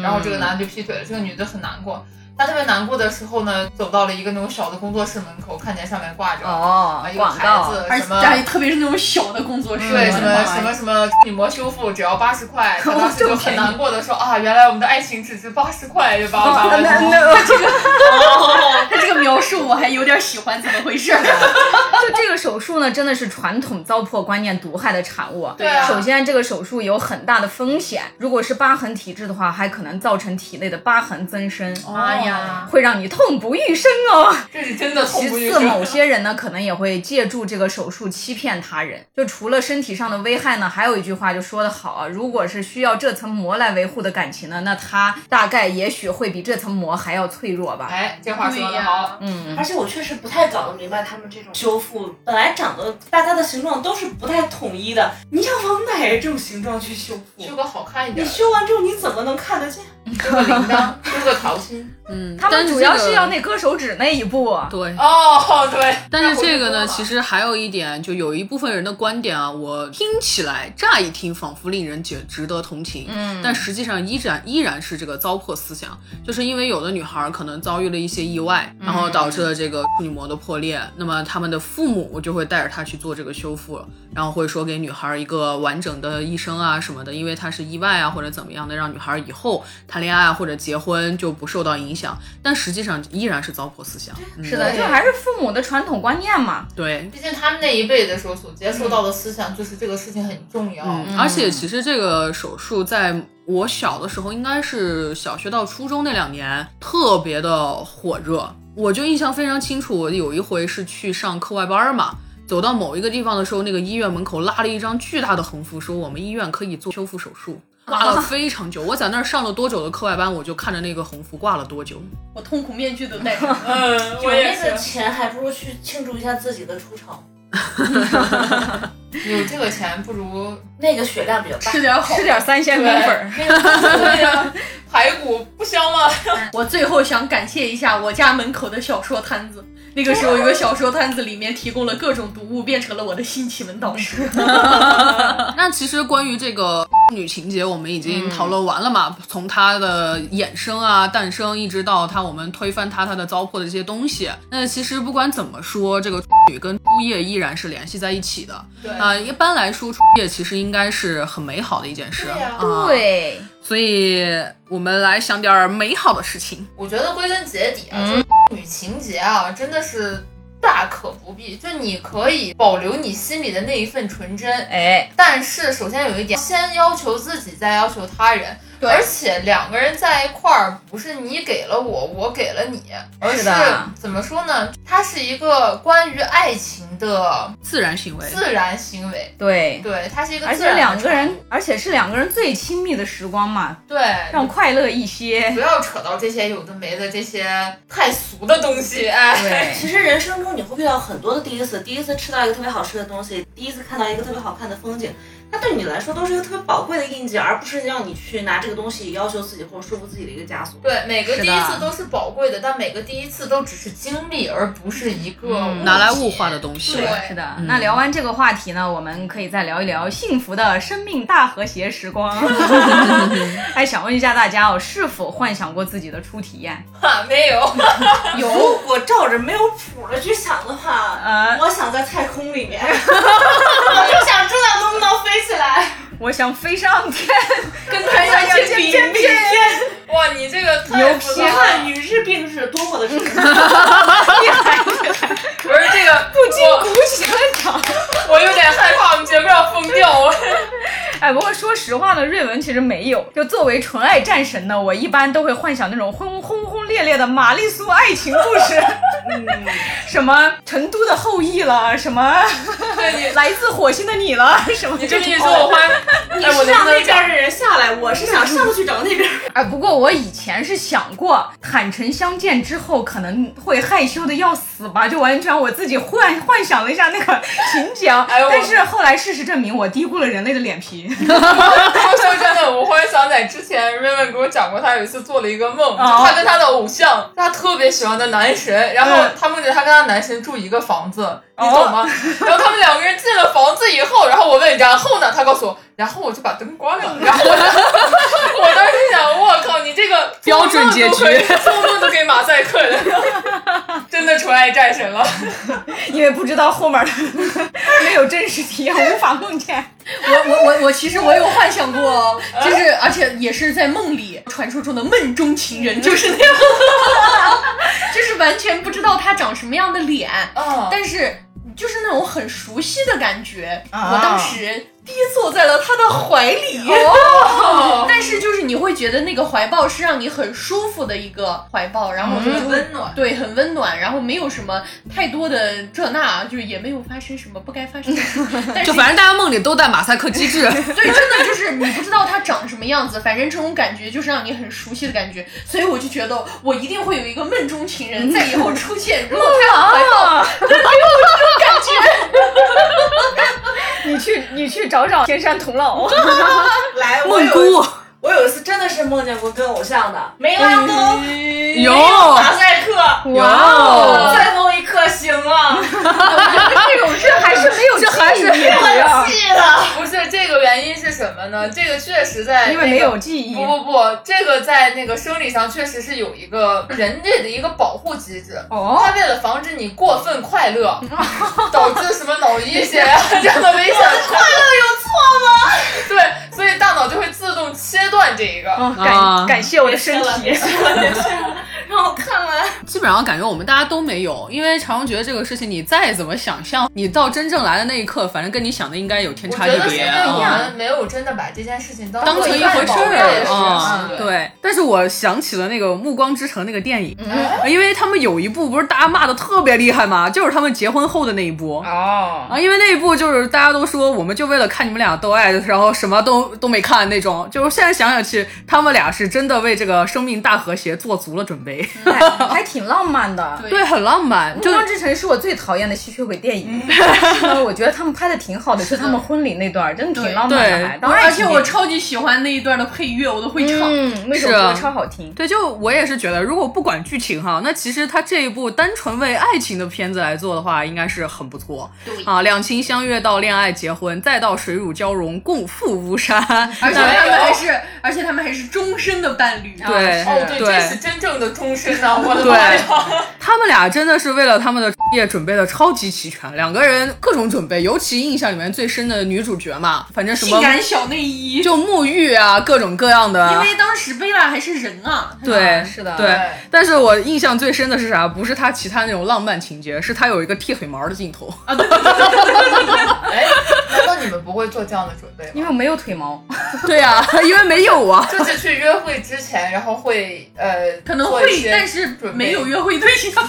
Speaker 2: 然后这个男的就劈腿了，这个女的很难过。她特别难过的时候呢，走到了一个那种小的工作室门口，看见上面挂着
Speaker 1: 哦
Speaker 2: 啊，一个
Speaker 1: 广
Speaker 2: 牌
Speaker 1: 告
Speaker 2: 子
Speaker 5: 而
Speaker 2: 什么
Speaker 5: 且特别是那嗯种小的工作室，
Speaker 2: 对什
Speaker 5: 我的妈
Speaker 2: 么
Speaker 5: 呀
Speaker 2: 什么什么处女膜修复只要八十块，他当时就很难过的说啊，原来我们的爱情只值八十块，对
Speaker 1: 哦
Speaker 2: 吧？八万多。
Speaker 5: 他这个描述我还有点喜欢，怎么回事？
Speaker 1: 就这个手术呢，真的是传统糟粕观念毒害的产物。
Speaker 2: 对啊
Speaker 1: 首先这个手术有很大的风险，如果是疤痕体质的话，还可能造成体内的疤痕增生，
Speaker 2: 妈呀，
Speaker 1: 会让你痛不欲生哦。
Speaker 2: 这是真的痛
Speaker 1: 其
Speaker 2: 不欲
Speaker 1: 次，某
Speaker 2: 生。
Speaker 1: 些人呢，可能也会借助这个手术欺骗他人。就除了身体上的危害呢，还有一句话就说得好啊，如果是需要这层膜来维护的感情呢，那它大概也许会比这层膜还要脆弱吧。
Speaker 2: 哎，这话
Speaker 5: 对
Speaker 2: 说的
Speaker 5: 呀
Speaker 2: 好，，
Speaker 1: 嗯，
Speaker 3: 而且我确实不太搞得明白他们这种修复，
Speaker 10: 本来长得
Speaker 3: 大家的形状都是不太统一的，你要往哪儿这种形状去修
Speaker 2: 修
Speaker 3: 复？
Speaker 2: 个好看一
Speaker 3: 你
Speaker 2: 点，
Speaker 3: 修完之后你怎么能看得见？
Speaker 2: 修个铃铛，修个桃心。
Speaker 6: 嗯，
Speaker 1: 他
Speaker 6: 但
Speaker 1: 们主要是
Speaker 6: 这个
Speaker 1: 要那割手指那一步。啊
Speaker 6: 对。
Speaker 2: 啊哦，对。
Speaker 6: 但是这个呢，其
Speaker 2: 实
Speaker 6: 实还有一点，就有一部分人的观点啊，我听起来乍一听仿佛令人觉值得同情，嗯，但实际上依然依然是这个糟粕思想，就是因为有的女孩可能遭遇了一些意外，
Speaker 2: 嗯
Speaker 6: 然后导致了这个处女膜的破裂，那么他们的父母就会带着她去做这个修复了，然后会说给女孩一个完整的一生啊什么的，因为她是意外啊或者怎么样的，让女孩以后谈恋爱啊或者结婚就不受到影响，但实际上依然是糟粕思想，嗯、
Speaker 1: 是的，就还是父母的传统观念嘛。
Speaker 6: 对。
Speaker 2: 毕竟他们那一辈的时候所接受到的思想就是这个事情很重要。
Speaker 6: 嗯，而且其实这个手术在我小的时候，应该是小学到初中那两年，特别的火热。我就印象非常清楚，我有一回是去上课外班儿嘛，走到某一个地方的时候，那个医院门口拉了一张巨大的横幅，说我们医院可以做修复手术。挂了非常久，我在那儿上了多久的课外班，我就看着那个横幅挂了多久。
Speaker 5: 我痛苦面具都戴上了。
Speaker 2: 嗯，我
Speaker 10: 有
Speaker 2: 也
Speaker 10: 那
Speaker 2: 是
Speaker 10: 个。钱，还不如去庆祝一下自己的出场。
Speaker 2: 有这个钱不如
Speaker 10: 那个血量比较大。
Speaker 5: 吃点好。
Speaker 1: 吃点三鲜米粉儿。
Speaker 2: 对那个那个排骨不香吗？
Speaker 5: 我最后想感谢一下我家门口的小说摊子，那个时候有个小说摊子里面提供了各种读物，变成了我的新奇闻导 师。
Speaker 6: 那其实关于这个女情节，我们已经讨论完了嘛？从她的衍生啊、诞生，一直到她我们推翻她、她的糟粕的这些东西。那其实不管怎么说，这个女跟初夜依然是联系在一起的。
Speaker 2: 对
Speaker 6: 啊、一般来说，初夜其实应该是很美好的一件事。
Speaker 2: 对呀
Speaker 6: 啊，
Speaker 1: 对，
Speaker 6: 所以我们来想点儿美好的事情。
Speaker 2: 我觉得归根结底啊，就是女情节啊，真的是大可不必。就你可以保留你心里的那一份纯真，
Speaker 1: 哎，
Speaker 2: 但是首先有一点，先要求自己，再要求他人。
Speaker 1: 对
Speaker 2: 而且两个人在一块儿，不是你给了我，我给了你，而
Speaker 1: 是
Speaker 2: 是
Speaker 1: 的
Speaker 2: 怎么说呢？它是一个关于爱情的
Speaker 6: 自然行为，
Speaker 2: 自然行为，
Speaker 1: 对，
Speaker 2: 对，它是一个
Speaker 1: 而
Speaker 2: 自
Speaker 1: 且
Speaker 2: 然的
Speaker 1: 两个
Speaker 2: 产
Speaker 1: 人
Speaker 2: 物，
Speaker 1: 而且是两个人最亲密的时光嘛，
Speaker 2: 对，
Speaker 1: 让快乐一些。
Speaker 2: 不要扯到这些有的没的这些太俗的东西，哎，
Speaker 1: 对，
Speaker 10: 其实人生中你会遇到很多的第一次，第一次吃到一个特别好吃的东西，第一次看到一个特别好看的风景，它对你来说都是一个特别宝贵的印记，而不是让你去拿这个东西要求自己或者束缚自己的一个枷锁。
Speaker 2: 对，每个
Speaker 6: 是
Speaker 2: 第一
Speaker 6: 的
Speaker 2: 次都是宝贵的，但每个第一次都只是经历，而不是一个物
Speaker 1: 嗯
Speaker 6: 拿来
Speaker 2: 体
Speaker 6: 物化的东西。
Speaker 2: 对
Speaker 1: 是的。那聊完这个话题呢，我们可以再聊一聊幸福的生命大和谐时 光。哎，想问一下大家哦，是否幻想过自己的初体验？
Speaker 2: 哈，啊没有，
Speaker 10: 如果哦照着没有谱的去想的话，
Speaker 1: 呃
Speaker 10: 我想在太空里 面，
Speaker 7: 我就想知道能不能飞起来。
Speaker 1: 我想飞上 天，
Speaker 5: 跟台
Speaker 10: 哎
Speaker 5: 上
Speaker 1: 要
Speaker 5: 见
Speaker 1: 见
Speaker 5: 比
Speaker 1: 见
Speaker 5: 比
Speaker 2: 哇，你这个太
Speaker 1: 牛
Speaker 2: 复
Speaker 1: 批
Speaker 2: 杂了
Speaker 7: 看与日并是多么的神奇！
Speaker 2: 不是这个，不禁鼓起了掌。我有点害怕，我们节目要疯掉了。
Speaker 1: 哎，不过说实话呢，瑞文其实没有。就作为纯爱战神呢，我一般都会幻想那种轰轰轰烈烈的玛丽苏爱情故事，
Speaker 2: 嗯
Speaker 1: 什么《成都的后裔》了，什么来自火星的你了，什么
Speaker 2: 你这么一说，我发现， 哎，我能
Speaker 10: 让
Speaker 2: 不
Speaker 10: 那
Speaker 2: 能
Speaker 10: 边
Speaker 2: 讲？
Speaker 10: 的人下来，我是想上去找那边。
Speaker 1: 哎，不过我以前是想过，坦诚相见之后可能会害羞的要死吧，就完全我自己幻幻想了一下那个情节啊。
Speaker 2: 哎呦我
Speaker 1: 但是后来事实证明，我低估了人类的脸皮。
Speaker 2: 我说真的，我忽然想起之前瑞文给我讲过，他有一次做了一个梦，就
Speaker 1: 哦
Speaker 2: 他跟他的偶像，他特别喜欢的男神，然后
Speaker 1: 嗯哦
Speaker 2: 他梦见他跟他男神住一个房子，你懂吗？然后他们两个人进了房子以后，然后我问然后呢，他告诉我，然后我就把灯关了，然后我我当时想，我靠，你这个
Speaker 6: 标准结局
Speaker 2: 做梦都可以做梦都给马赛克 了，真的纯爱战神了。
Speaker 1: 因为不知道后面的 没有真实体验，无法梦见。
Speaker 5: 我我我我其实我有幻想过，哦就是而且也是在梦里，传说中的梦中情人就是那样， 就是完全不知道他长什么样的脸，
Speaker 2: 啊
Speaker 5: 但是就是那种很熟悉的感觉。
Speaker 1: 啊
Speaker 5: 我当时跌坐在了他的怀里， 但是就是你会觉得那个怀抱是让你很舒服的一个怀抱，然后我就
Speaker 2: 嗯
Speaker 5: 会
Speaker 2: 温暖
Speaker 5: 对，很温暖，然后没有什么太多的这那，啊就是也没有发生什么不该发生的事，但是
Speaker 6: 就反正大家梦里都带马赛克机 制，
Speaker 5: 对，真的就是你不知道它长什么样子，反正这种感觉就是让你很熟悉的感觉，所以我就觉得我一定会有一个梦中情人在以后出现。如果他有怀抱，
Speaker 1: 你去，你去找找天山童姥。
Speaker 10: 来，我
Speaker 6: 梦
Speaker 10: 有
Speaker 6: 姑
Speaker 10: 我有一次真的是梦见过跟偶像的，
Speaker 7: 没 拉钩，
Speaker 6: 有
Speaker 10: 马赛克，
Speaker 6: 有，
Speaker 1: 哦
Speaker 6: 哇
Speaker 10: 再梦一刻醒了。
Speaker 1: 这种事还是没有啊这还是没有，
Speaker 2: 不是这个原因是什么呢？这个确实在
Speaker 1: 因为
Speaker 2: 那
Speaker 1: 没
Speaker 2: 个
Speaker 1: 有记忆
Speaker 2: 不。不不，这个在那个生理上确实是有一个人类的一个保护机制。
Speaker 1: 哦
Speaker 2: 它为了防止你过分快 乐，导致什么脑溢血 啊这样的危险，快乐有错吗？对，所以大脑就会自动切断这一个。
Speaker 1: 哦，感
Speaker 6: 啊
Speaker 1: 感谢我的身体。
Speaker 10: 让我看完。
Speaker 6: 基本上感觉我们大家都没有，因为常常觉得这个事情你再怎么想象，你到真正来的那一刻，反正跟你想的应该有天
Speaker 2: 我
Speaker 6: 差
Speaker 2: 觉
Speaker 6: 地
Speaker 2: 得是
Speaker 6: 别
Speaker 2: 因为我
Speaker 6: 啊。
Speaker 2: 们没有真的把这件事情当
Speaker 6: 当成
Speaker 2: 一
Speaker 6: 一回事
Speaker 2: 儿嗯也
Speaker 6: 儿
Speaker 2: 是
Speaker 6: 啊、
Speaker 2: 是
Speaker 6: 对。但是我想起了那个《暮光之城》那个电影，
Speaker 2: 嗯
Speaker 6: 因为他们有一部不是大家骂的特别厉害嘛，就是他们结婚后的那一部。
Speaker 1: 哦，
Speaker 6: 啊，因为那一部就是大家都说，我们就为了看你们俩斗爱，然后什么都都没看那种。就是现在想想去，他们俩是真的为这个生命大和谐做足了准备。
Speaker 1: 哎还挺挺浪漫的。
Speaker 5: 对
Speaker 6: 对，很浪漫，
Speaker 1: 暮
Speaker 6: 就
Speaker 1: 光之城是我最讨厌的吸血鬼电影， 但是呢，我觉得他们拍的挺好的，就他们婚礼那段儿真的挺浪漫的，
Speaker 6: 对
Speaker 1: 还当然
Speaker 5: 而且
Speaker 1: 挺
Speaker 5: 我超级喜欢那一段的配乐，我都会唱。
Speaker 1: 嗯，那
Speaker 6: 是
Speaker 1: 首歌
Speaker 6: 啊
Speaker 1: 超好听。
Speaker 6: 对，就我也是觉得，如果不管剧情哈，那其实它这一部单纯为爱情的片子来做的话，应该是很不错。
Speaker 5: 对
Speaker 6: 啊，两情相悦到恋爱结婚，再到水乳交融共赴巫山，
Speaker 5: 而且他们还是，而且他们还是终身的伴侣。啊
Speaker 6: 对
Speaker 2: 哦，对，这是
Speaker 6: 对，
Speaker 2: 真正的终身呐、我的
Speaker 6: 对
Speaker 2: 妈呀！
Speaker 6: 他们俩真的是为了他们的业准备的超级齐全，两个人各种准备，尤其印象里面最深的女主角嘛，反正什
Speaker 5: 性
Speaker 6: 么
Speaker 5: 感小内衣，
Speaker 6: 就沐浴啊，各种各样的，
Speaker 5: 因为当时贝拉还是人啊。
Speaker 6: 对，
Speaker 1: 是的
Speaker 6: 对
Speaker 2: 对。
Speaker 6: 但是我印象最深的是啥？不是他其他那种浪漫情节，是他有一个剃腿毛的镜头。
Speaker 2: 哎，难道你们不会做这样的准备 吗？
Speaker 1: 因为我没有腿毛，
Speaker 6: 对呀、 因为没有啊。
Speaker 2: 就是去约会之前，然后会呃，
Speaker 5: 可能
Speaker 2: 做一
Speaker 5: 会，
Speaker 2: 些
Speaker 5: 但是
Speaker 2: 准备
Speaker 5: 没有约会对象。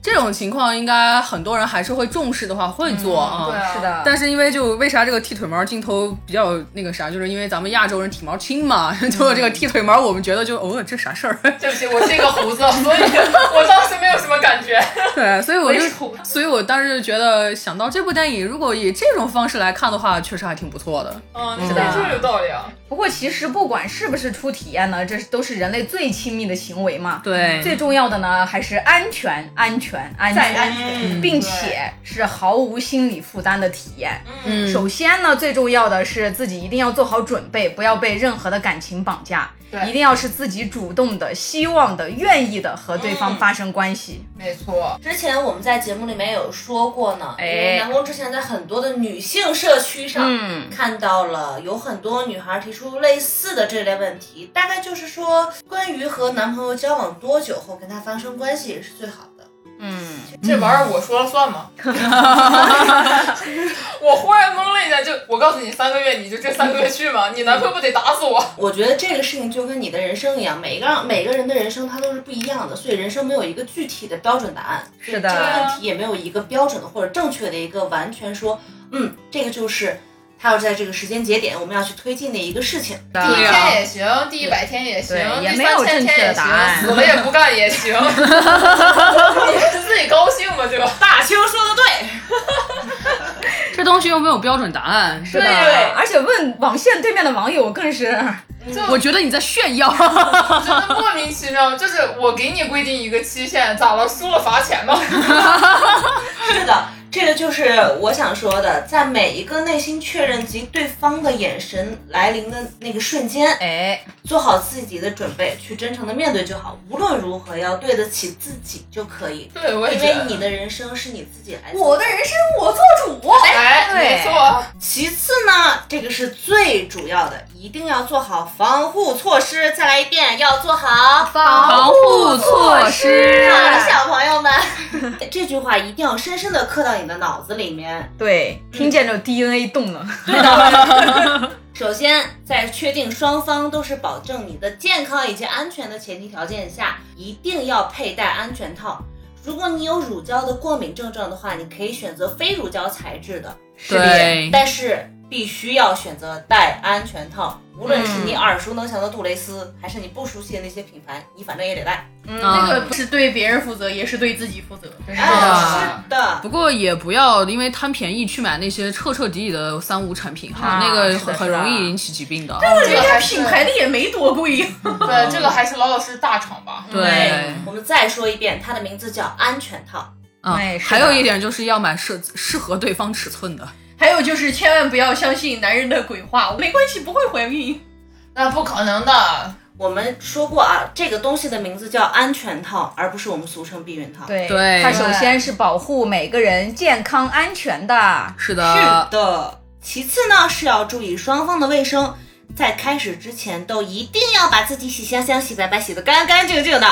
Speaker 6: 这种情况应该很多人还是会重视的话，会做啊。
Speaker 2: 对啊
Speaker 1: 是的，
Speaker 6: 但是因为就为啥这个剃腿毛镜头比较那个啥，就是因为咱们亚洲人体毛轻嘛， 就这个剃腿毛，我们觉得就哦这啥事儿，
Speaker 2: 嗯 对不起，我是一个胡子，所以我当时没有什么感觉。
Speaker 6: 对，啊所以我就
Speaker 5: 我也是胡，
Speaker 6: 所以我当时就觉得想到这部电影如果以这种方式来看的话，确实还挺不错的。
Speaker 2: 嗯，你
Speaker 1: 是的
Speaker 2: 说这有道理啊。
Speaker 1: 不过其实不管是不是初体验呢，这都是人类最亲密的行为嘛。
Speaker 6: 对
Speaker 1: 最重要的呢还是安全，安全，安全，
Speaker 5: 再安全
Speaker 1: 并且是毫无心理负担的体验。
Speaker 6: 嗯
Speaker 1: 首先呢，最重要的是自己一定要做好准备，不要被任何的感情绑架，
Speaker 2: 对
Speaker 1: 一定要是自己主动的、希望的、愿意的和对方发生关系。
Speaker 2: 没错，
Speaker 3: 之前我们在节目里面有说过呢，因为
Speaker 1: 哎
Speaker 3: 南宫之前在很多的女性社区上，
Speaker 1: 嗯
Speaker 3: 看到了有很多女孩提出类似的这类问题，大概就是说关于和男朋友交往多久后跟他发生关系是最好的。
Speaker 1: 嗯，
Speaker 2: 这玩意儿我说了算吗？我忽然懵了一下，就我告诉你三个月，你就这三个月去吗？你男朋友不得打死我？
Speaker 3: 我觉得这个事情就跟你的人生一样，每个每个人的人生他都是不一样的，所以人生没有一个具体的标准答案。
Speaker 1: 是
Speaker 3: 这个
Speaker 1: 的，
Speaker 3: 问题也没有一个标准的或者正确的一个完全说，嗯，这个就是他要在这个时间节点我们要去推进的一个事情。
Speaker 1: 对
Speaker 2: 第一
Speaker 1: 呀
Speaker 2: 天也哎行，第一百天也行，
Speaker 1: 啊对也
Speaker 2: 第
Speaker 1: 没有
Speaker 2: 三千
Speaker 1: 正
Speaker 2: 天
Speaker 1: 确
Speaker 2: 也
Speaker 1: 的答
Speaker 2: 行，
Speaker 1: 案
Speaker 2: 死了也不干也 行，你自己高兴吧，对吧？大清说的对，
Speaker 6: 这东西又没有标准答案，
Speaker 1: 是的
Speaker 2: 对，
Speaker 1: 而且问网线对面的网友更是，
Speaker 6: 我觉得你在炫 耀。
Speaker 2: 真的莫名其妙，就是我给你规定一个期限，咋了？输了罚钱吗？
Speaker 3: 是的，这个就是我想说的，在每一个内心确认及对方的眼神来临的那个瞬间，
Speaker 1: 哎，
Speaker 3: 做好自己的准备，去真诚的面对就好。无论如何，要对得起自己就可以，
Speaker 2: 对，我也
Speaker 3: 因
Speaker 2: 觉
Speaker 3: 为
Speaker 2: 得。
Speaker 3: 你的人生是你自己来走的。
Speaker 5: 我的人生我做主。
Speaker 2: 哎，
Speaker 1: 对
Speaker 2: 没错，
Speaker 3: 其次呢，这个是最主要的，一定要做好防护措施。再来一遍，要做好
Speaker 6: 防护措施
Speaker 3: 好了，小朋友们， 这句话一定要深深的刻到你的脑子里面。
Speaker 1: 对，听见就 DNA 动了，
Speaker 3: 首先，在确定双方都是保证你的健康以及安全的前提条件下，一定要佩戴安全套。如果你有乳胶的过敏症状的话，你可以选择非乳胶材质的，
Speaker 6: 对，
Speaker 3: 但是必须要选择戴安全套。无论是你耳熟能详的杜蕾斯，还是你不熟悉的那些品牌，你反正也得戴。
Speaker 5: 这
Speaker 6: 嗯
Speaker 5: 个哎不是对别人负责，也是对自己负责。
Speaker 2: 啊
Speaker 1: 啊
Speaker 3: 哎，是的，
Speaker 6: 不过也不要因为贪便宜去买那些彻彻底底的三无产品哈，
Speaker 1: 啊
Speaker 6: 那个
Speaker 1: 是的
Speaker 6: 很很
Speaker 1: 是的
Speaker 6: 容易引起疾病的。嗯
Speaker 2: 这个还是
Speaker 5: 品牌的也没多贵 呀。
Speaker 2: 对，这个还是老老实实大厂吧。
Speaker 6: 对，
Speaker 3: 哎我们再说一遍，它的名字叫安全套。
Speaker 6: 啊
Speaker 1: 哎，是的
Speaker 6: 还有一点就是要买适适合对方尺寸的。
Speaker 5: 还有就是，千万不要相信男人的鬼话，没关系，不会怀孕。
Speaker 2: 那不可能的，
Speaker 3: 我们说过啊，这个东西的名字叫安全套，而不是我们俗称避孕套。
Speaker 1: 对，
Speaker 6: 对
Speaker 1: 它首先是保护每个人健康安全的，
Speaker 6: 是的，
Speaker 3: 的。其次呢，是要注意双方的卫生，在开始之前都一定要把自己洗香香、洗白白、洗得干干净净的。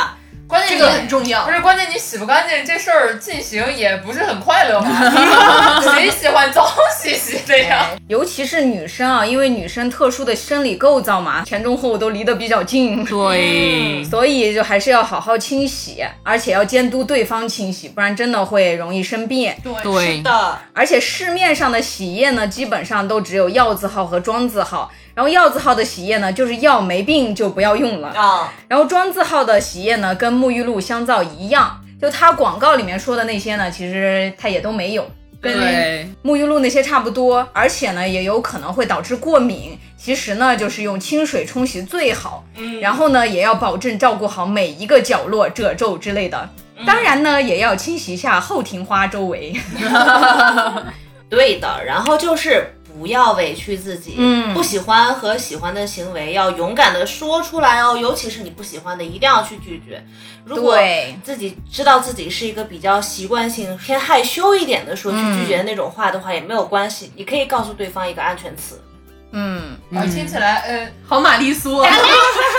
Speaker 2: 关键
Speaker 5: 这
Speaker 2: 你
Speaker 5: 个很重要
Speaker 2: 不。是关键，你洗不干净这事儿进行也不是很快乐 嘛。谁喜欢脏兮兮的呀？
Speaker 1: 尤其是女生啊，因为女生特殊的生理构造嘛，前中后都离得比较近，
Speaker 6: 对，
Speaker 1: 所以就还是要好好清洗，而且要监督对方清洗，不然真的会容易生病。
Speaker 6: 对，
Speaker 3: 的，
Speaker 1: 而且市面上的洗液呢，基本上都只有药字号和妆字号，然后药字号的洗液呢，就是药没病就不要用了。
Speaker 11: 啊，
Speaker 1: 然后庄字号的洗液呢，跟沐浴露、香皂一样，就它广告里面说的那些呢，其实它也都没有，跟
Speaker 6: 对，
Speaker 1: 沐浴露那些差不多，而且呢，也有可能会导致过敏。其实呢，就是用清水冲洗最好，
Speaker 6: 嗯
Speaker 1: 然后呢，也要保证照顾好每一个角落、褶皱之类的。
Speaker 6: 嗯
Speaker 1: 当然呢，也要清洗一下后庭花周围。
Speaker 3: 对的，然后就是不要委屈自己，
Speaker 1: 嗯
Speaker 3: 不喜欢和喜欢的行为要勇敢的说出来哦，尤其是你不喜欢的，一定要去拒绝。如果
Speaker 1: 对
Speaker 3: 自己知道自己是一个比较习惯性偏害羞一点的说去拒
Speaker 5: 嗯
Speaker 3: 绝那种话的话，也没有关系，你可以告诉对方一个安全词。
Speaker 1: 嗯，
Speaker 2: 啊，听起来，嗯，
Speaker 6: 好玛丽苏，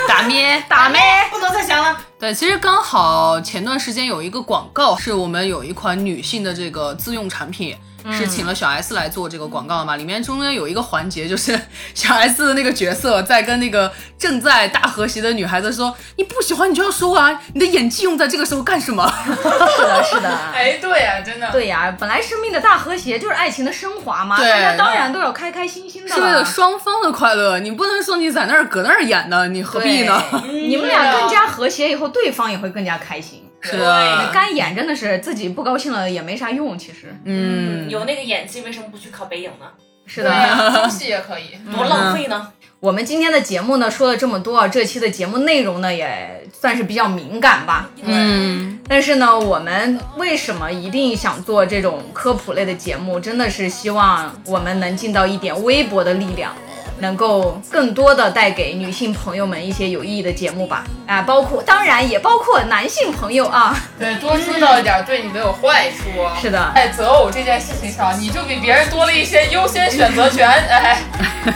Speaker 6: 打咩哎打咩。
Speaker 11: 不能再想了。
Speaker 6: 对，其实刚好前段时间有一个广告，是我们有一款女性的这个自用产品。是请了小 S 来做这个广告嘛？里面中间有一个环节，就是 小 S 的那个角色在跟那个正在大和谐的女孩子说：“你不喜欢你就要说啊，你的演技用在这个时候干什么
Speaker 1: 是的，是的。
Speaker 2: 哎，对呀、真的，
Speaker 1: 对呀、本来生命的大和谐就是爱情的升华嘛，
Speaker 6: 对
Speaker 1: 大家当然都要开开心心？”的
Speaker 6: 是为了双方的快乐，你不能说你在那儿搁那儿演呢，你何必呢？
Speaker 1: 对 你们俩更加和谐以后，对方也会更加开心。
Speaker 6: 是啊，
Speaker 1: 干演真的是自己不高兴了也没啥用，其实
Speaker 6: 嗯，
Speaker 3: 有那个演技，为什么不去考北影呢？
Speaker 1: 是
Speaker 2: 对
Speaker 1: 的。
Speaker 6: 啊
Speaker 2: 呀、中戏也可以。
Speaker 3: 多浪费呢！
Speaker 1: 我们今天的节目呢说了这么多，啊这期的节目内容呢也算是比较敏感吧。
Speaker 6: 嗯，
Speaker 1: 但是呢，我们为什么一定想做这种科普类的节目？真的是希望我们能尽到一点微薄的力量，能够更多的带给女性朋友们一些有意义的节目吧。啊，包括当然也包括男性朋友啊。
Speaker 2: 对，多知道一点对你都有坏处啊。
Speaker 1: 是的，
Speaker 2: 在择偶这件事情上，你就比别人多了一些优先选择权。哎，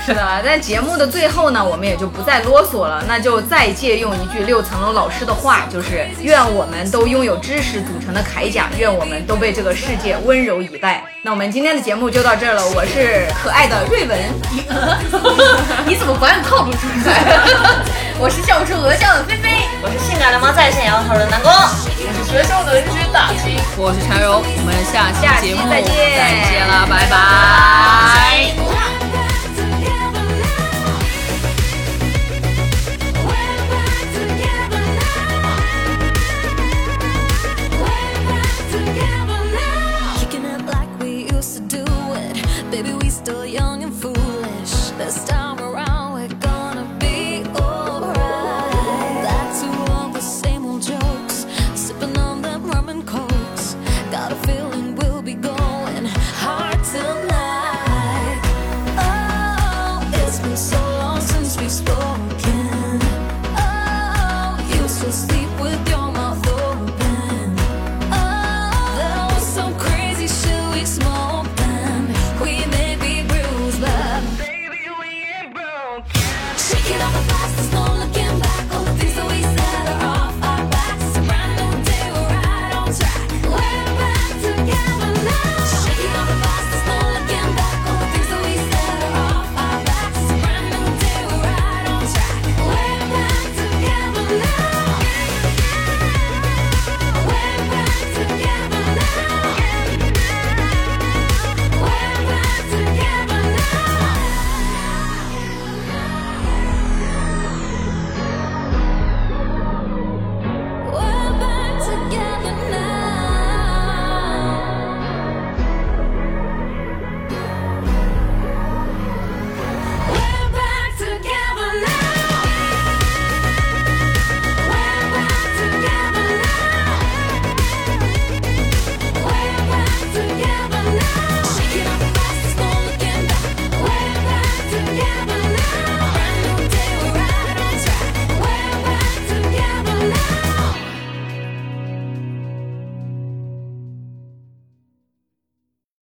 Speaker 1: 是的，在节目的最后呢，我们也就不再啰嗦了，那就再借用一句六层楼老师的话，就是愿我们都拥有知识组成的铠甲，愿我们都被这个世界温柔以待。那我们今天的节目就到这儿了，我是可爱的瑞文，
Speaker 12: 你怎么不按套路出牌？我是笑出鹅叫的菲菲。
Speaker 3: 我是性感的猫在线摇头的南宫，
Speaker 2: 我是学生的日军大七。
Speaker 6: 我是柴油，我们下期
Speaker 1: 下期
Speaker 6: 节目
Speaker 1: 再见
Speaker 6: 再见啦，拜拜